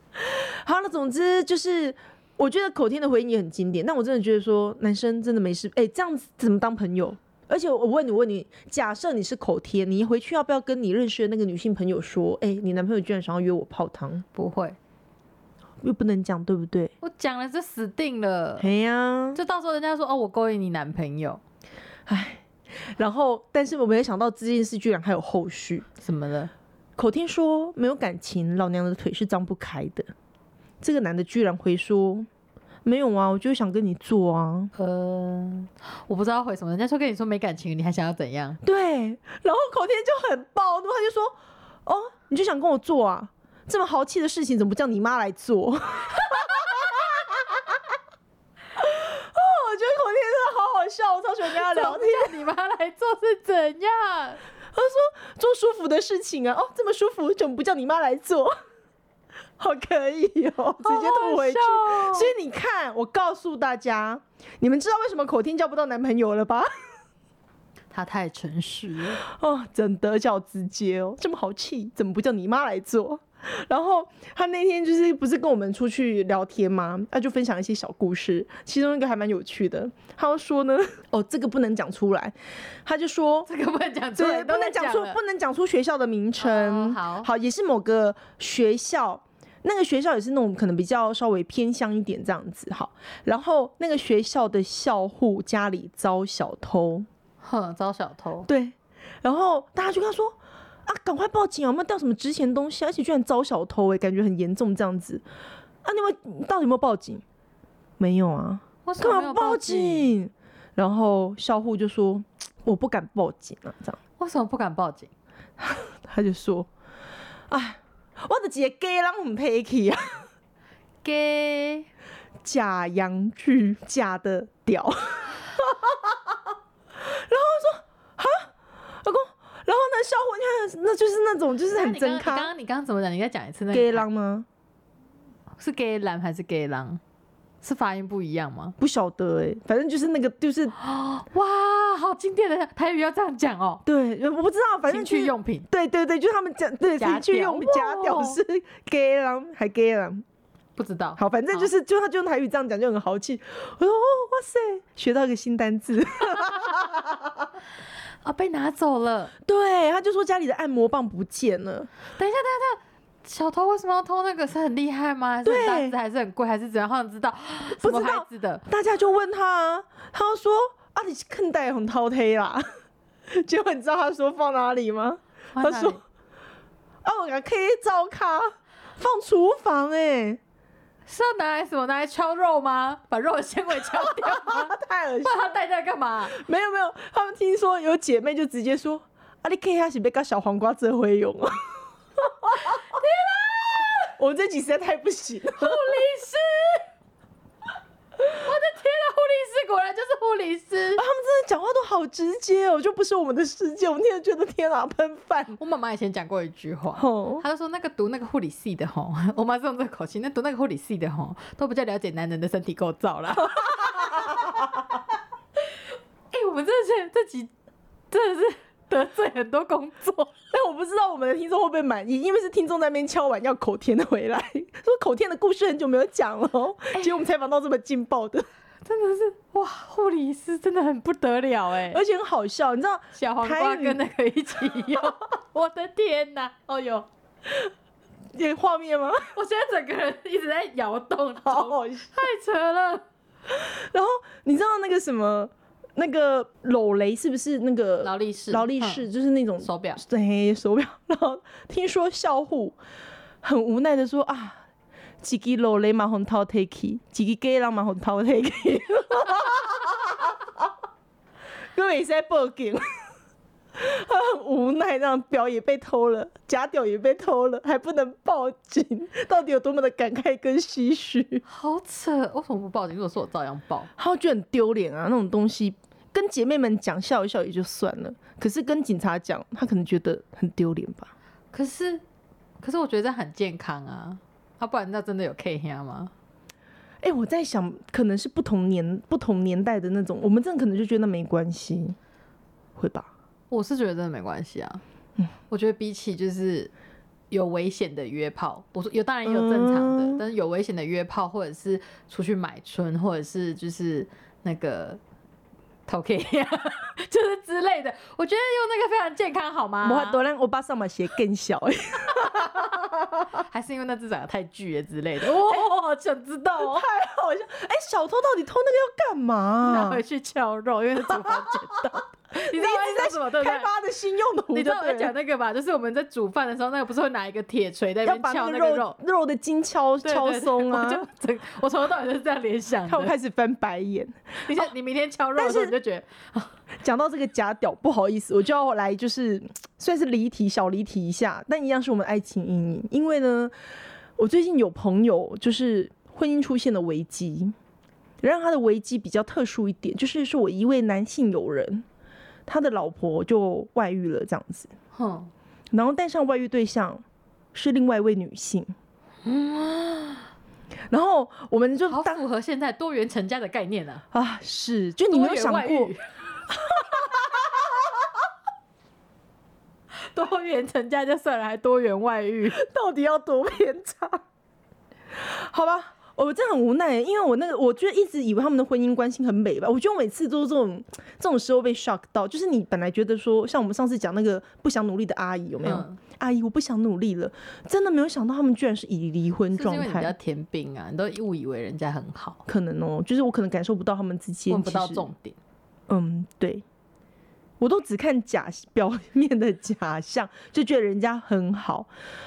S1: *laughs* 好了，总之就是，我觉得口天的回应也很经典。但我真的觉得说，男生真的没事，哎、这样子怎么当朋友？而且我问你，我问你，假设你是口天，你回去要不要跟你认识的那个女性朋友说，哎、你男朋友居然想要约我泡汤，
S2: 不会，
S1: 又不能讲，对不对？
S2: 我讲了就死定了。
S1: 哎呀，
S2: 就到时候人家说哦，我勾引你男朋友
S1: *laughs* 然后，但是我没有想到这件事居然还有后续。
S2: 什么的，
S1: 口天说没有感情，老娘的腿是张不开的。这个男的居然回说没有啊，我就想跟你做啊。
S2: 呃，我不知道回什么，人家说跟你说没感情，你还想要怎样？对，
S1: 然后口天就很暴怒，他就说：“哦，你就想跟我做啊？这么豪气的事情，怎么不叫你妈来做？” *laughs* 哦，我觉得口天真的好好笑，我超喜欢跟他聊天，
S2: 天，你妈来做是怎样？
S1: 做舒服的事情啊。哦，这么舒服，怎么不叫你妈来做？好可以哦， *laughs* 直接吐回去。
S2: 好好笑哦
S1: 所以你看，我告诉大家，你们知道为什么口天交不到男朋友了吧？
S2: 他太诚实了。
S1: 哦，真的叫直接哦，这么豪气，怎么不叫你妈来做？ *laughs* 然后他那天就是不是跟我们出去聊天吗？他就分享一些小故事，其中一个还蛮有趣的。他就说呢， *laughs* 哦，这个不能讲出来，他就说。
S2: *laughs* 这个不能讲出
S1: 对，
S2: 来，
S1: 不能
S2: 讲
S1: 讲出不能讲出学校的名称。
S2: 哦好
S1: 好，也是某个学校，那个学校也是那种可能比较稍微偏乡一点这样子。好，然后那个学校的校户家里遭小偷，
S2: 哼，招小偷。
S1: 对，然后大家就跟他说啊，赶快报警啊，有没有掉什么值钱东西啊？而且居然遭小偷、欸，哎，感觉很严重这样子。啊，你们到底有没有报警？没有啊，
S2: 为什
S1: 干
S2: 么
S1: 嘛
S2: 没有
S1: 不报
S2: 警？
S1: 警？然后校护就说我不敢报警啊，这样
S2: 为什么不敢报警？
S1: 他就说，哎，我的姐给让我们赔去啊，
S2: 给
S1: 假洋剧，假的屌。 *laughs* 然后我说啊，老公，然后呢，校护你看，那就是那种就是很真
S2: 刚
S1: 咖。
S2: 刚你刚刚怎么讲？你再讲一次那个
S1: gay 狼吗？
S2: 是 gay 狼还是 gay 狼？是发音不一样吗？
S1: 不晓得哎、反正就是那个就是
S2: *gasps* 哇，好经典的台语要这样讲哦。
S1: 对，我不知道，反正
S2: 情
S1: 就
S2: 趣
S1: 是
S2: 用品，
S1: 对对对，就是他们讲对
S2: 假
S1: 情趣用
S2: 屌
S1: 假屌
S2: 哇
S1: 是 gay 狼还 gay 狼，
S2: 不知道。
S1: 好，反正就是就他就用台语这样讲就很豪气。我说哦哇塞，学到一个新单字。
S2: 啊，被拿走了。
S1: *laughs* 对，他就说家里的按摩棒不见了。
S2: 等一下，等一下，小偷为什么要偷那个？是很厉害吗？还是很大
S1: 对
S2: 只，还是很贵，还是怎样？好想知道
S1: 不
S2: 什么
S1: 知道
S2: 牌子的。
S1: 大家就问他啊，他就说啊，你坑带很饕餮啦。 *laughs* 结果你知道他说放哪里吗？他说啊，我敢 K 照咖，放厨房哎、
S2: 是要拿来什么？拿来敲肉吗？把肉的纤维敲掉
S1: *laughs*
S2: 吗？
S1: 啊太恶心
S2: 不。然他带在干嘛？
S1: 没有没有，他们听说有姐妹就直接说。啊！你 K 下是被跟小黄瓜这回用啊！天啊！我们这集实在太不行了。
S2: 护理师！我的天啊，护理师果然就是护理师
S1: 啊，。他们真的讲话都好直接哦，就不是我们的世界。我们天天觉得天啊，喷饭
S2: 我妈妈以前讲过一句话，
S1: 哦，
S2: 她就说那个读那个护理系的吼，我妈是用这个口气，那读那个护理系的吼，都比较了解男人的身体构
S1: *laughs*
S2: 造啦。哎、我们这些这集真的是得罪很多工作，
S1: 但我不知道我们的听众会不会满意，因为是听众在那边敲碗要口天的回来，说口天的故事很久没有讲了哦，结果我们采访到这么劲爆的，
S2: 真的是哇，护理师真的很不得了哎、
S1: 而且很好笑，你知道
S2: 小黄瓜
S1: 台语
S2: 跟那个一起用， *laughs* 我的天哪！哦哟，
S1: 有画面吗？
S2: 我现在整个人一直在摇动中，
S1: 好好笑。
S2: 太扯了。
S1: 然后你知道那个什么，那个搂雷是不是那个
S2: 劳力士，
S1: 劳力士就是那种
S2: 嗯手表，
S1: 对手表？然后听说校护很无奈的说啊。几个老雷马红涛 take，几个 gay 让马红涛 take，各位在报警，他很无奈，那样表也被偷了，假屌也被偷了，还不能报警，到底有多么的感慨跟唏嘘？
S2: 好扯！哦为什么不报警？如果是我，照样报。
S1: 他会觉得很丢脸啊，那种东西跟姐妹们讲笑一笑也就算了，可是跟警察讲，他可能觉得很丢脸吧。
S2: 可是，可是我觉得这样很健康啊，啊，不然那真的有 K 黑吗？
S1: 哎、我在想，可能是不同年不同年代的那种，我们这样可能就觉得没关系，会吧？
S2: 我是觉得真的没关系啊。
S1: 嗯
S2: 我觉得比起就是有危险的约炮，我说有当然也有正常的，
S1: 嗯
S2: 但是有危险的约炮，或者是出去买春，或者是就是那个。偷 *laughs* K 呀，就是之类的，我觉得用那个非常健康，好吗？
S1: 我很多让欧巴上马鞋更小、欸，
S2: 还是因为那只长得太巨了之
S1: *laughs*
S2: 类的。哦，好想知道哦，
S1: 太好笑！哎、小偷到底偷那个要干嘛、
S2: 拿回去敲肉，因为是厨房
S1: *laughs*
S2: 捡到。
S1: 你
S2: 你知道我在
S1: 一
S2: 讲什么
S1: 直在
S2: 对不对
S1: 开？发的新用途，
S2: 你知道我在
S1: 对
S2: 讲那个吧？就是我们在煮饭的时候，那个不是会拿一个铁锤在那
S1: 要
S2: 边
S1: 把
S2: 敲
S1: 那
S2: 那
S1: 个肉
S2: 个肉，
S1: 肉的筋敲
S2: 对对
S1: 敲
S2: 对
S1: 松啊
S2: 我！就整我从头到尾都是这样联想
S1: 看我
S2: 的。
S1: 开始翻白眼。
S2: 你现你明天敲肉
S1: 但
S2: 的时候，
S1: 是
S2: 你就觉得
S1: 讲到这个假屌，不好意思，我就要来就是算是离题小离题一下，但一样是我们爱情阴影。因为呢，我最近有朋友就是婚姻出现了危机，让他的危机比较特殊一点，就是是我一位男性友人，他的老婆就外遇了这样子，
S2: 哼，
S1: 然后带上外遇对象是另外一位女性，然后我们就
S2: 嗯好
S1: 当
S2: 符合现在多元成家的概念啊！
S1: 啊是，就你没有
S2: 多元
S1: 想
S2: 外
S1: 过
S2: 遇。 *laughs* 多元成家就算了，还多元外遇，
S1: 到底要多偏差？好吧，我真的很无奈，因为我那个，我觉得一直以为他们的婚姻关系很美吧。我觉得我每次都是这种这种时候被 shock 到，就是你本来觉得说，像我们上次讲那个不想努力的阿姨，有没有？
S2: 嗯
S1: 阿姨，我不想努力了，真的没有想到他们居然是以离婚
S2: 是不是
S1: 状
S2: 因为你比较
S1: 态。
S2: 甜饼啊？你都误以为人家很好，
S1: 可能哦、就是我可能感受不到他们之间
S2: 问不到
S1: 其实
S2: 重点。
S1: 嗯，对，我都只看假 *laughs* 表面的假象，就觉得人家很好，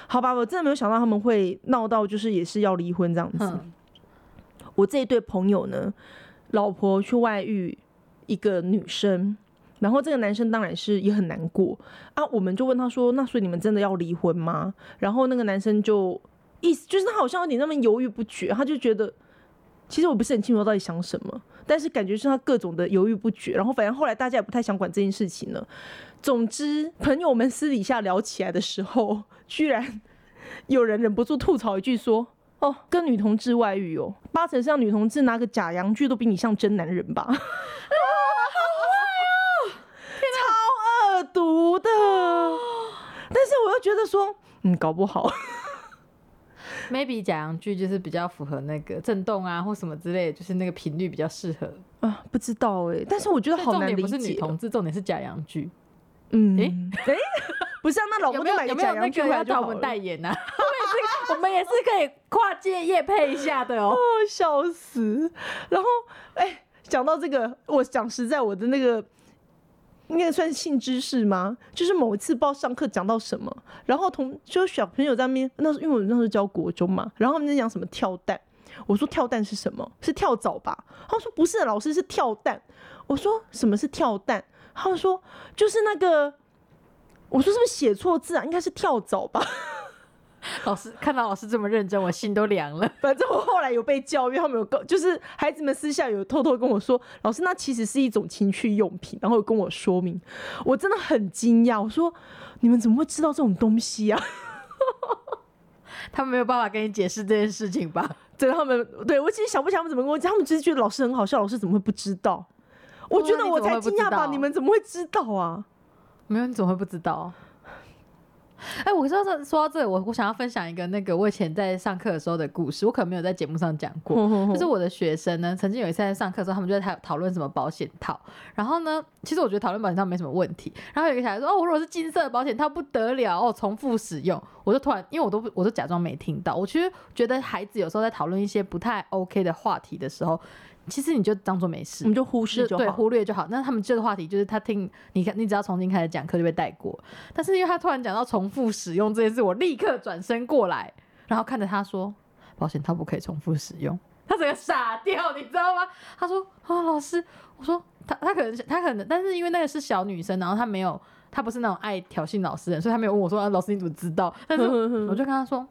S1: 好吧，我真的没有想到他们会闹到就是也是要离婚这样子。
S2: 嗯，
S1: 我这一对朋友呢，老婆去外遇一个女生，然后这个男生当然是也很难过啊。我们就问他说：“那所以你们真的要离婚吗？”然后那个男生就意思就是他好像有点那么犹豫不决，他就觉得其实我不是很清楚他到底想什么，但是感觉是他各种的犹豫不决。然后反正后来大家也不太想管这件事情了。总之，朋友们私底下聊起来的时候，居然有人忍不住吐槽一句说。哦，跟女同志外遇哦，八成像女同志拿个假洋具都比你像真男人
S2: *laughs*
S1: 吧？哦超恶毒的。但是我又觉得说，嗯，搞不好
S2: maybe 假洋剧就是比较符合那个震动啊，或什么之类的，就是那个频率比较适合。
S1: 啊，不知道哎、但是我觉得
S2: 所以
S1: 好
S2: 重
S1: 难
S2: 点
S1: 理
S2: 欸不是女
S1: 解哦。
S2: 同志，重点是假洋剧。
S1: 嗯，哎、
S2: 诶
S1: *laughs* 不是、啊，那老
S2: 有
S1: 公
S2: 没
S1: 就
S2: 有
S1: 买
S2: 有没有
S1: 假
S2: 那
S1: 洋具
S2: 个
S1: 回
S2: 要
S1: 来就
S2: 找
S1: 好
S2: 我们代
S1: 了。
S2: 言呐、啊？ *laughs* 我们也是，我们也是可以跨界业配一下的哦。
S1: 哦，笑死！然后，哎、讲到这个，我讲实在，我的那个应该算性知识吗？就是某一次不知道上课讲到什么，然后同就是小朋友在那边，那时候因为我那时候教国中嘛，然后他们在讲什么跳蛋，我说跳蛋是什么？是跳蚤吧？他说不是，老师是跳蛋。我说什么是跳蛋？他们说就是那个。我说是不是写错字啊？应该是跳蚤吧。
S2: *laughs* 老师看到老师这么认真，我心都凉了。
S1: 反正我后来有被教育，他们有告，就是孩子们私下有偷偷跟我说，老师那其实是一种情趣用品，然后有跟我说明，我真的很惊讶，我说你们怎么会知道这种东西啊？ *laughs*
S2: 他们没有办法跟你解释这件事情吧？
S1: 对他们，对我其实想不起来他们怎么跟我讲，他们只是觉得老师很好笑，老师怎么会不知道？我觉
S2: 对啊
S1: 得
S2: 你
S1: 我
S2: 怎么
S1: 才
S2: 会不
S1: 惊
S2: 知
S1: 讶吧，
S2: 道
S1: 你们怎么会知道啊？
S2: 没有，你怎么会不知道？ *laughs* 哎、我说到这，说到这，我我想要分享一个那个我以前在上课的时候的故事，我可能没有在节目上讲 *laughs* 过。就是我的学生呢，曾经有一次在上课的时候，他们就在讨讨论什么保险套。然后呢，其实我觉得讨论保险套没什么问题。然后有一个小孩说：“哦，我如果是金色的保险套不得了哦，重复使用。”我就突然，因为我都不我都假装没听到。我其实觉得孩子有时候在讨论一些不太 OK 的话题的时候，其实你就当做没事
S1: 我，们就忽视
S2: 就
S1: 就
S2: 对
S1: 好。
S2: 忽略就好。那他们这个话题就是他听你看，你只要重新开始讲课就被带过。但是因为他突然讲到重复使用这件事，我立刻转身过来，然后看着他说：“保险套不可以重复使用。”他整个傻掉，你知道吗？他说：“啊、老师，我说他他可能他可能，但是因为那个是小女生，然后他没有他不是那种爱挑衅老师的人，所以他没有问我说、啊、老师你怎么知道？但是我就跟他说，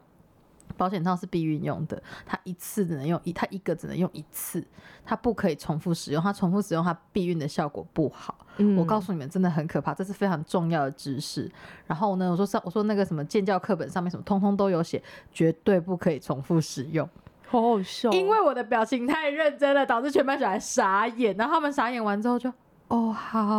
S2: 保险套是避孕用的，它一次只能用一，它一个只能用一次，它不可以重复使用，它重复使用它避孕的效果不好。我告
S1: 诉
S2: 诉你们，真的很可怕，这是非常重要的知识。然后呢，我说上，我说那个什么建教课本上面什么，通通都有写，绝对不可以重复使用。
S1: 好好笑哦，
S2: 因为我的表情太认真了，导致全班小孩傻眼。然后他们傻眼完之后就。哦，好，然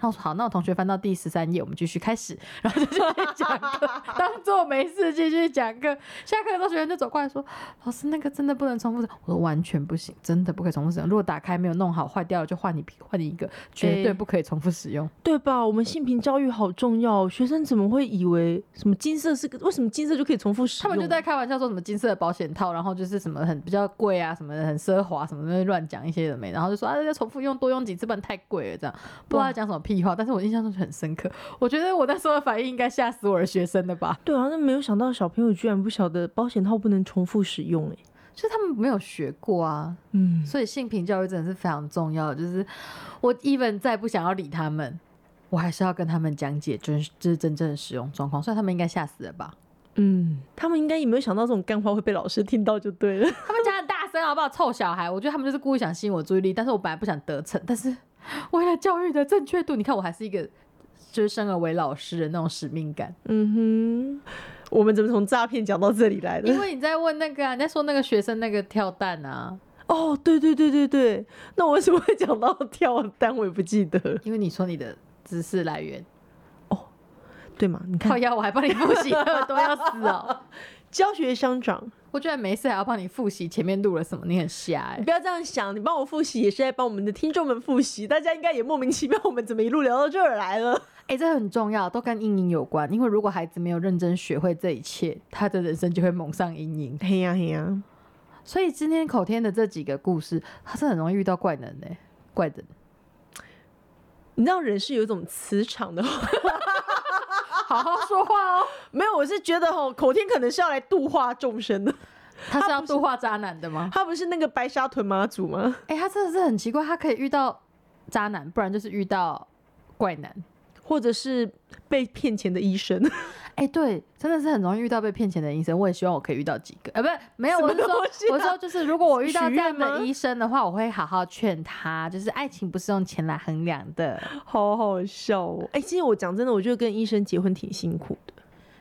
S2: 后我说好，那我同学翻到第十三页，我们继续开始，然后就继续讲课，当做没事继续讲课。下课的时候，学生就走过来说：“老师，那个真的不能重复使用。”我说：“完全不行，真的不可以重复使用。如果打开没有弄好，坏掉了就换你换你一个，绝对不可以重复使用。
S1: 对吧？我们性平教育好重要哦，学生怎么会以为什么金色是个为什么金色就可以重复使
S2: 他
S1: 用？
S2: 们就在开玩笑说什么金色的保险套，然后就是什么很比较贵啊，什么的很奢华，什么东西乱讲一些的没，然后就说啊要重复用，多用几次，不然太贵了这样，不知道
S1: 哇
S2: 他讲什么屁话，但是我印象中就很深刻。我觉得我那时候的反应应该吓死我的学生了吧，
S1: 对啊，那没有想到小朋友居然不晓得保险套不能重复使用哎、
S2: 就是他们没有学过啊，
S1: 嗯，
S2: 所以性平教育真的是非常重要的。就是我 even 再不想要理他们，我还是要跟他们讲解真就是真正的使用状况，所以他们应该吓死了吧。
S1: 嗯，他们应该也没有想到这种干话会被老师听到就对了。 *laughs*
S2: 他们讲很大声，好不好？臭小孩，我觉得他们就是故意想吸引我注意力，但是我本来不想得逞，但是为了教育的正确度，你看我还是一个就是生而为老师的那种使命感。
S1: 嗯哼，我们怎么从诈骗讲到这里来
S2: *laughs* 因
S1: 的？
S2: 为你在问那个、啊，你在说那个学生那个跳蛋啊，
S1: 哦，对对对对对，那我为什么会讲到跳单？我也不记得了，
S2: 因为你说你的知识来 *laughs* 源，
S1: 对吗？你
S2: 靠
S1: 看，
S2: 腰我还帮你复习， *laughs* 都要死哦。
S1: 教学相长，
S2: *laughs* 我居然没事还要帮你复习前面录了什么，你很瞎哎、
S1: 你不要这样想，你帮我复习也是在帮我们的听众们复习，大家应该也莫名其妙，我们怎么一路聊到这儿来了？
S2: *laughs* 哎、这很重要，都跟阴影有关。因为如果孩子没有认真学会这一切，他的人生就会蒙上阴影。
S1: 嘿呀嘿呀，
S2: 所以今天口天的这几个故事，他是很容易遇到怪人呢、怪人，
S1: 你知道人是有一种磁场的，
S2: 好好说话哦。
S1: 没有？我是觉得哦，口天可能是要来度化众生 *laughs* 的，
S2: *laughs* 他是要度化渣男的吗？
S1: 他不是那个白沙屯妈祖吗？
S2: 哎、他真的是很奇怪，他可以遇到渣男，不然就是遇到怪男。
S1: 或者是被骗钱的医生？
S2: 哎、对，真的是很容易遇到被骗钱的医生。我也希望我可以遇到几个，呃，不是，没有，
S1: 什
S2: 我
S1: 么
S2: 是说
S1: 东西，啊
S2: 我是说就是，如果我遇到这样
S1: 许愿
S2: 的
S1: 吗
S2: 医生的话，我会好好劝他，就是爱情不是用钱来衡量的。
S1: *laughs* 好好笑哦！哎、其实我讲真的，我觉得跟医生结婚挺辛苦的。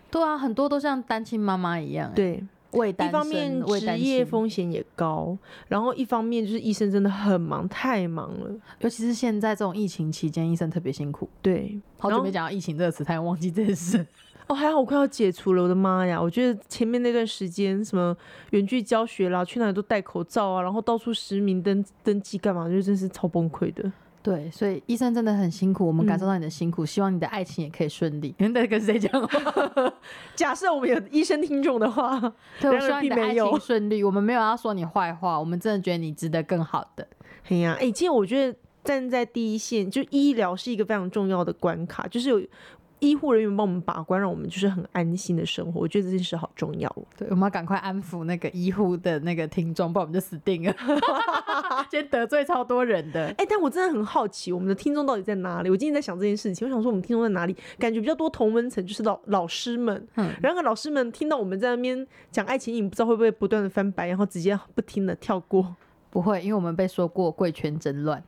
S2: 对啊，很多都像单亲妈妈一样、哎，
S1: 对，
S2: 为
S1: 一
S2: 单
S1: 方面
S2: 身，为
S1: 职
S2: 单
S1: 业
S2: 亲，
S1: 风险也高，然后一方面就是医生真的很忙，太忙了。
S2: 尤其是现在这种疫情期间，医生特别辛苦。
S1: 对，
S2: 好久没讲到疫情这个词，差点忘记这件事。
S1: 哦，还好我快要解除了，我的妈呀！我觉得前面那段时间什么远距教学啦，去哪里都戴口罩啊，然后到处实名登登记干嘛，就真是超崩溃的。
S2: *laughs* 对，所以医生真的很辛苦，我们
S1: 嗯
S2: 感受到你的辛苦，希望你的爱情也可以顺 *laughs* 利。你在跟谁讲话？
S1: 假设我们有医生听众的 *laughs* 话，
S2: 对，我
S1: 然而
S2: 希望你的
S1: 并
S2: 爱
S1: 没有
S2: 情顺利。我们没有 *laughs* 要说你坏话，我们真的觉得你值得更好的。
S1: 哎呀，哎、其实我觉得站在第一线，就医疗是一个非常重要的关卡，就是有医护人员帮我们把关，让我们就是很安心的生活。我觉得这件事好重要哦。
S2: 对，我们要赶快安抚那个医护的那个听众，不然我们就死定了。 *laughs* 先得罪超多人的。
S1: 哎、但我真的很好奇，我们的听众到底在哪里？我今天在想这件事情，我想说我们听众在哪里？感觉比较多同温层，就是老老师们。
S2: 嗯，
S1: 然后老师们听到我们在那边讲爱情，你不知道会不会不断的翻白，然后直接不听了跳过
S2: 不会，因为我们被说过贵圈真乱。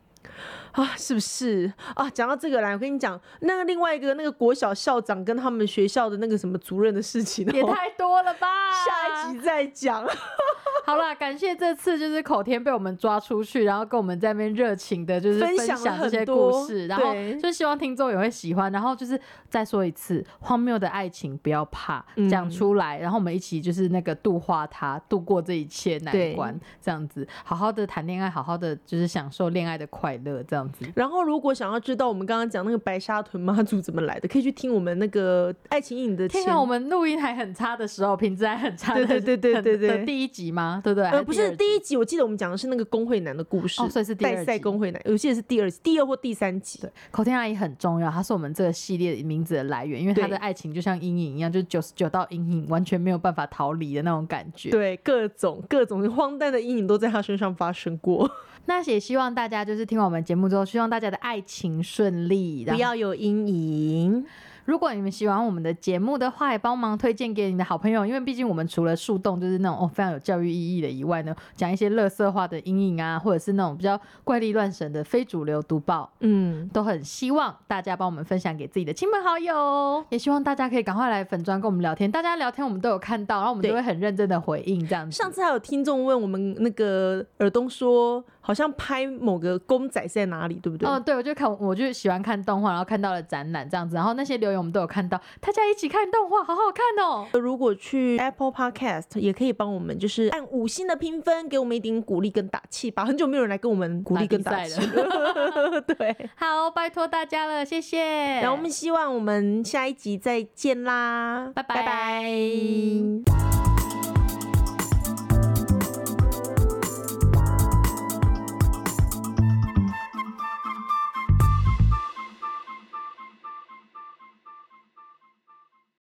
S1: 啊？是不是啊？讲到这个来，我跟你讲，那个另外一个那个国小校长跟他们学校的那个什么主任的事情、
S2: 也
S1: 哦，
S2: 太多了 *laughs* 吧！
S1: *laughs* 下一集再讲。 *laughs*
S2: *laughs* 好啦，感谢这次就是口天被我们抓出去，然后跟我们在那边热情的，就是
S1: 分
S2: 分
S1: 享了
S2: 享这
S1: 很
S2: 些
S1: 多
S2: 故事，然后
S1: 对
S2: 就希望听众也会喜欢。然后就是再说一次，荒谬的爱情不要怕
S1: 嗯
S2: 讲出来，然后我们一起就是那个度化它，度过这一切难
S1: 对
S2: 关，这样子好好的谈恋爱，好好的就是享受恋爱的快乐，这样子。
S1: 然后，如果想要知道我们刚刚讲那个白沙屯妈祖怎么来的，可以去听我们那个《爱情影》的前
S2: 天啊，我们录音还很差的时候，品质还很差的，
S1: 对对对对对
S2: 很的
S1: 对
S2: 第一集吗？吗？对不对？还
S1: 呃，不是
S2: 第
S1: 第一集，我记得我们讲的是那个工会男的故事，
S2: 哦所以是第二
S1: 代赛
S2: 集
S1: 工会男，我记得是第二集，第二或第三集。
S2: 对，口天阿姨很重要，她是我们这个系列名字的来源，因为她的
S1: 对
S2: 爱情就像阴影一样，就是九十九道阴影，完全没有办法逃离的那种感觉。
S1: 对，各种各种荒诞的阴影都在他身上发生过。
S2: 那也希望大家就是听完我们节目之后，希望大家的爱情顺利。然后，
S1: 有阴影，
S2: 如果你们喜欢我们的节目的话，也帮忙推荐给你的好朋友，因为毕竟我们除了树洞就是那种哦非常有教育意义的以外呢，讲一些乐色化的阴影啊，或者是那种比较怪力乱神的非主流读报，
S1: 嗯，
S2: 都很希望大家帮我们分享给自己的亲朋好友，也希望大家可以赶快来粉砖跟我们聊天。大家聊天我们都有看到，然后我们
S1: 对
S2: 都会很认真的回应这样子。
S1: 上次还有听众问我们那个耳东说，好像拍某个公仔是在哪里，对不对？
S2: 哦，对，我就看，我就喜欢看动画，然后看到了展览这样子，然后那些留言我们都有看到，大家一起看动画，好好看哦。
S1: 如果去 Apple Podcast 也可以帮我们，就是按五星的评分，给我们一点鼓励跟打气吧。很久没有人来跟我们鼓励跟打气 *laughs*
S2: 打比
S1: 了， *laughs* 对。
S2: *laughs* 好，拜托大家了，谢谢。
S1: 然后我们希望我们下一集再见啦，
S2: 拜拜
S1: 拜拜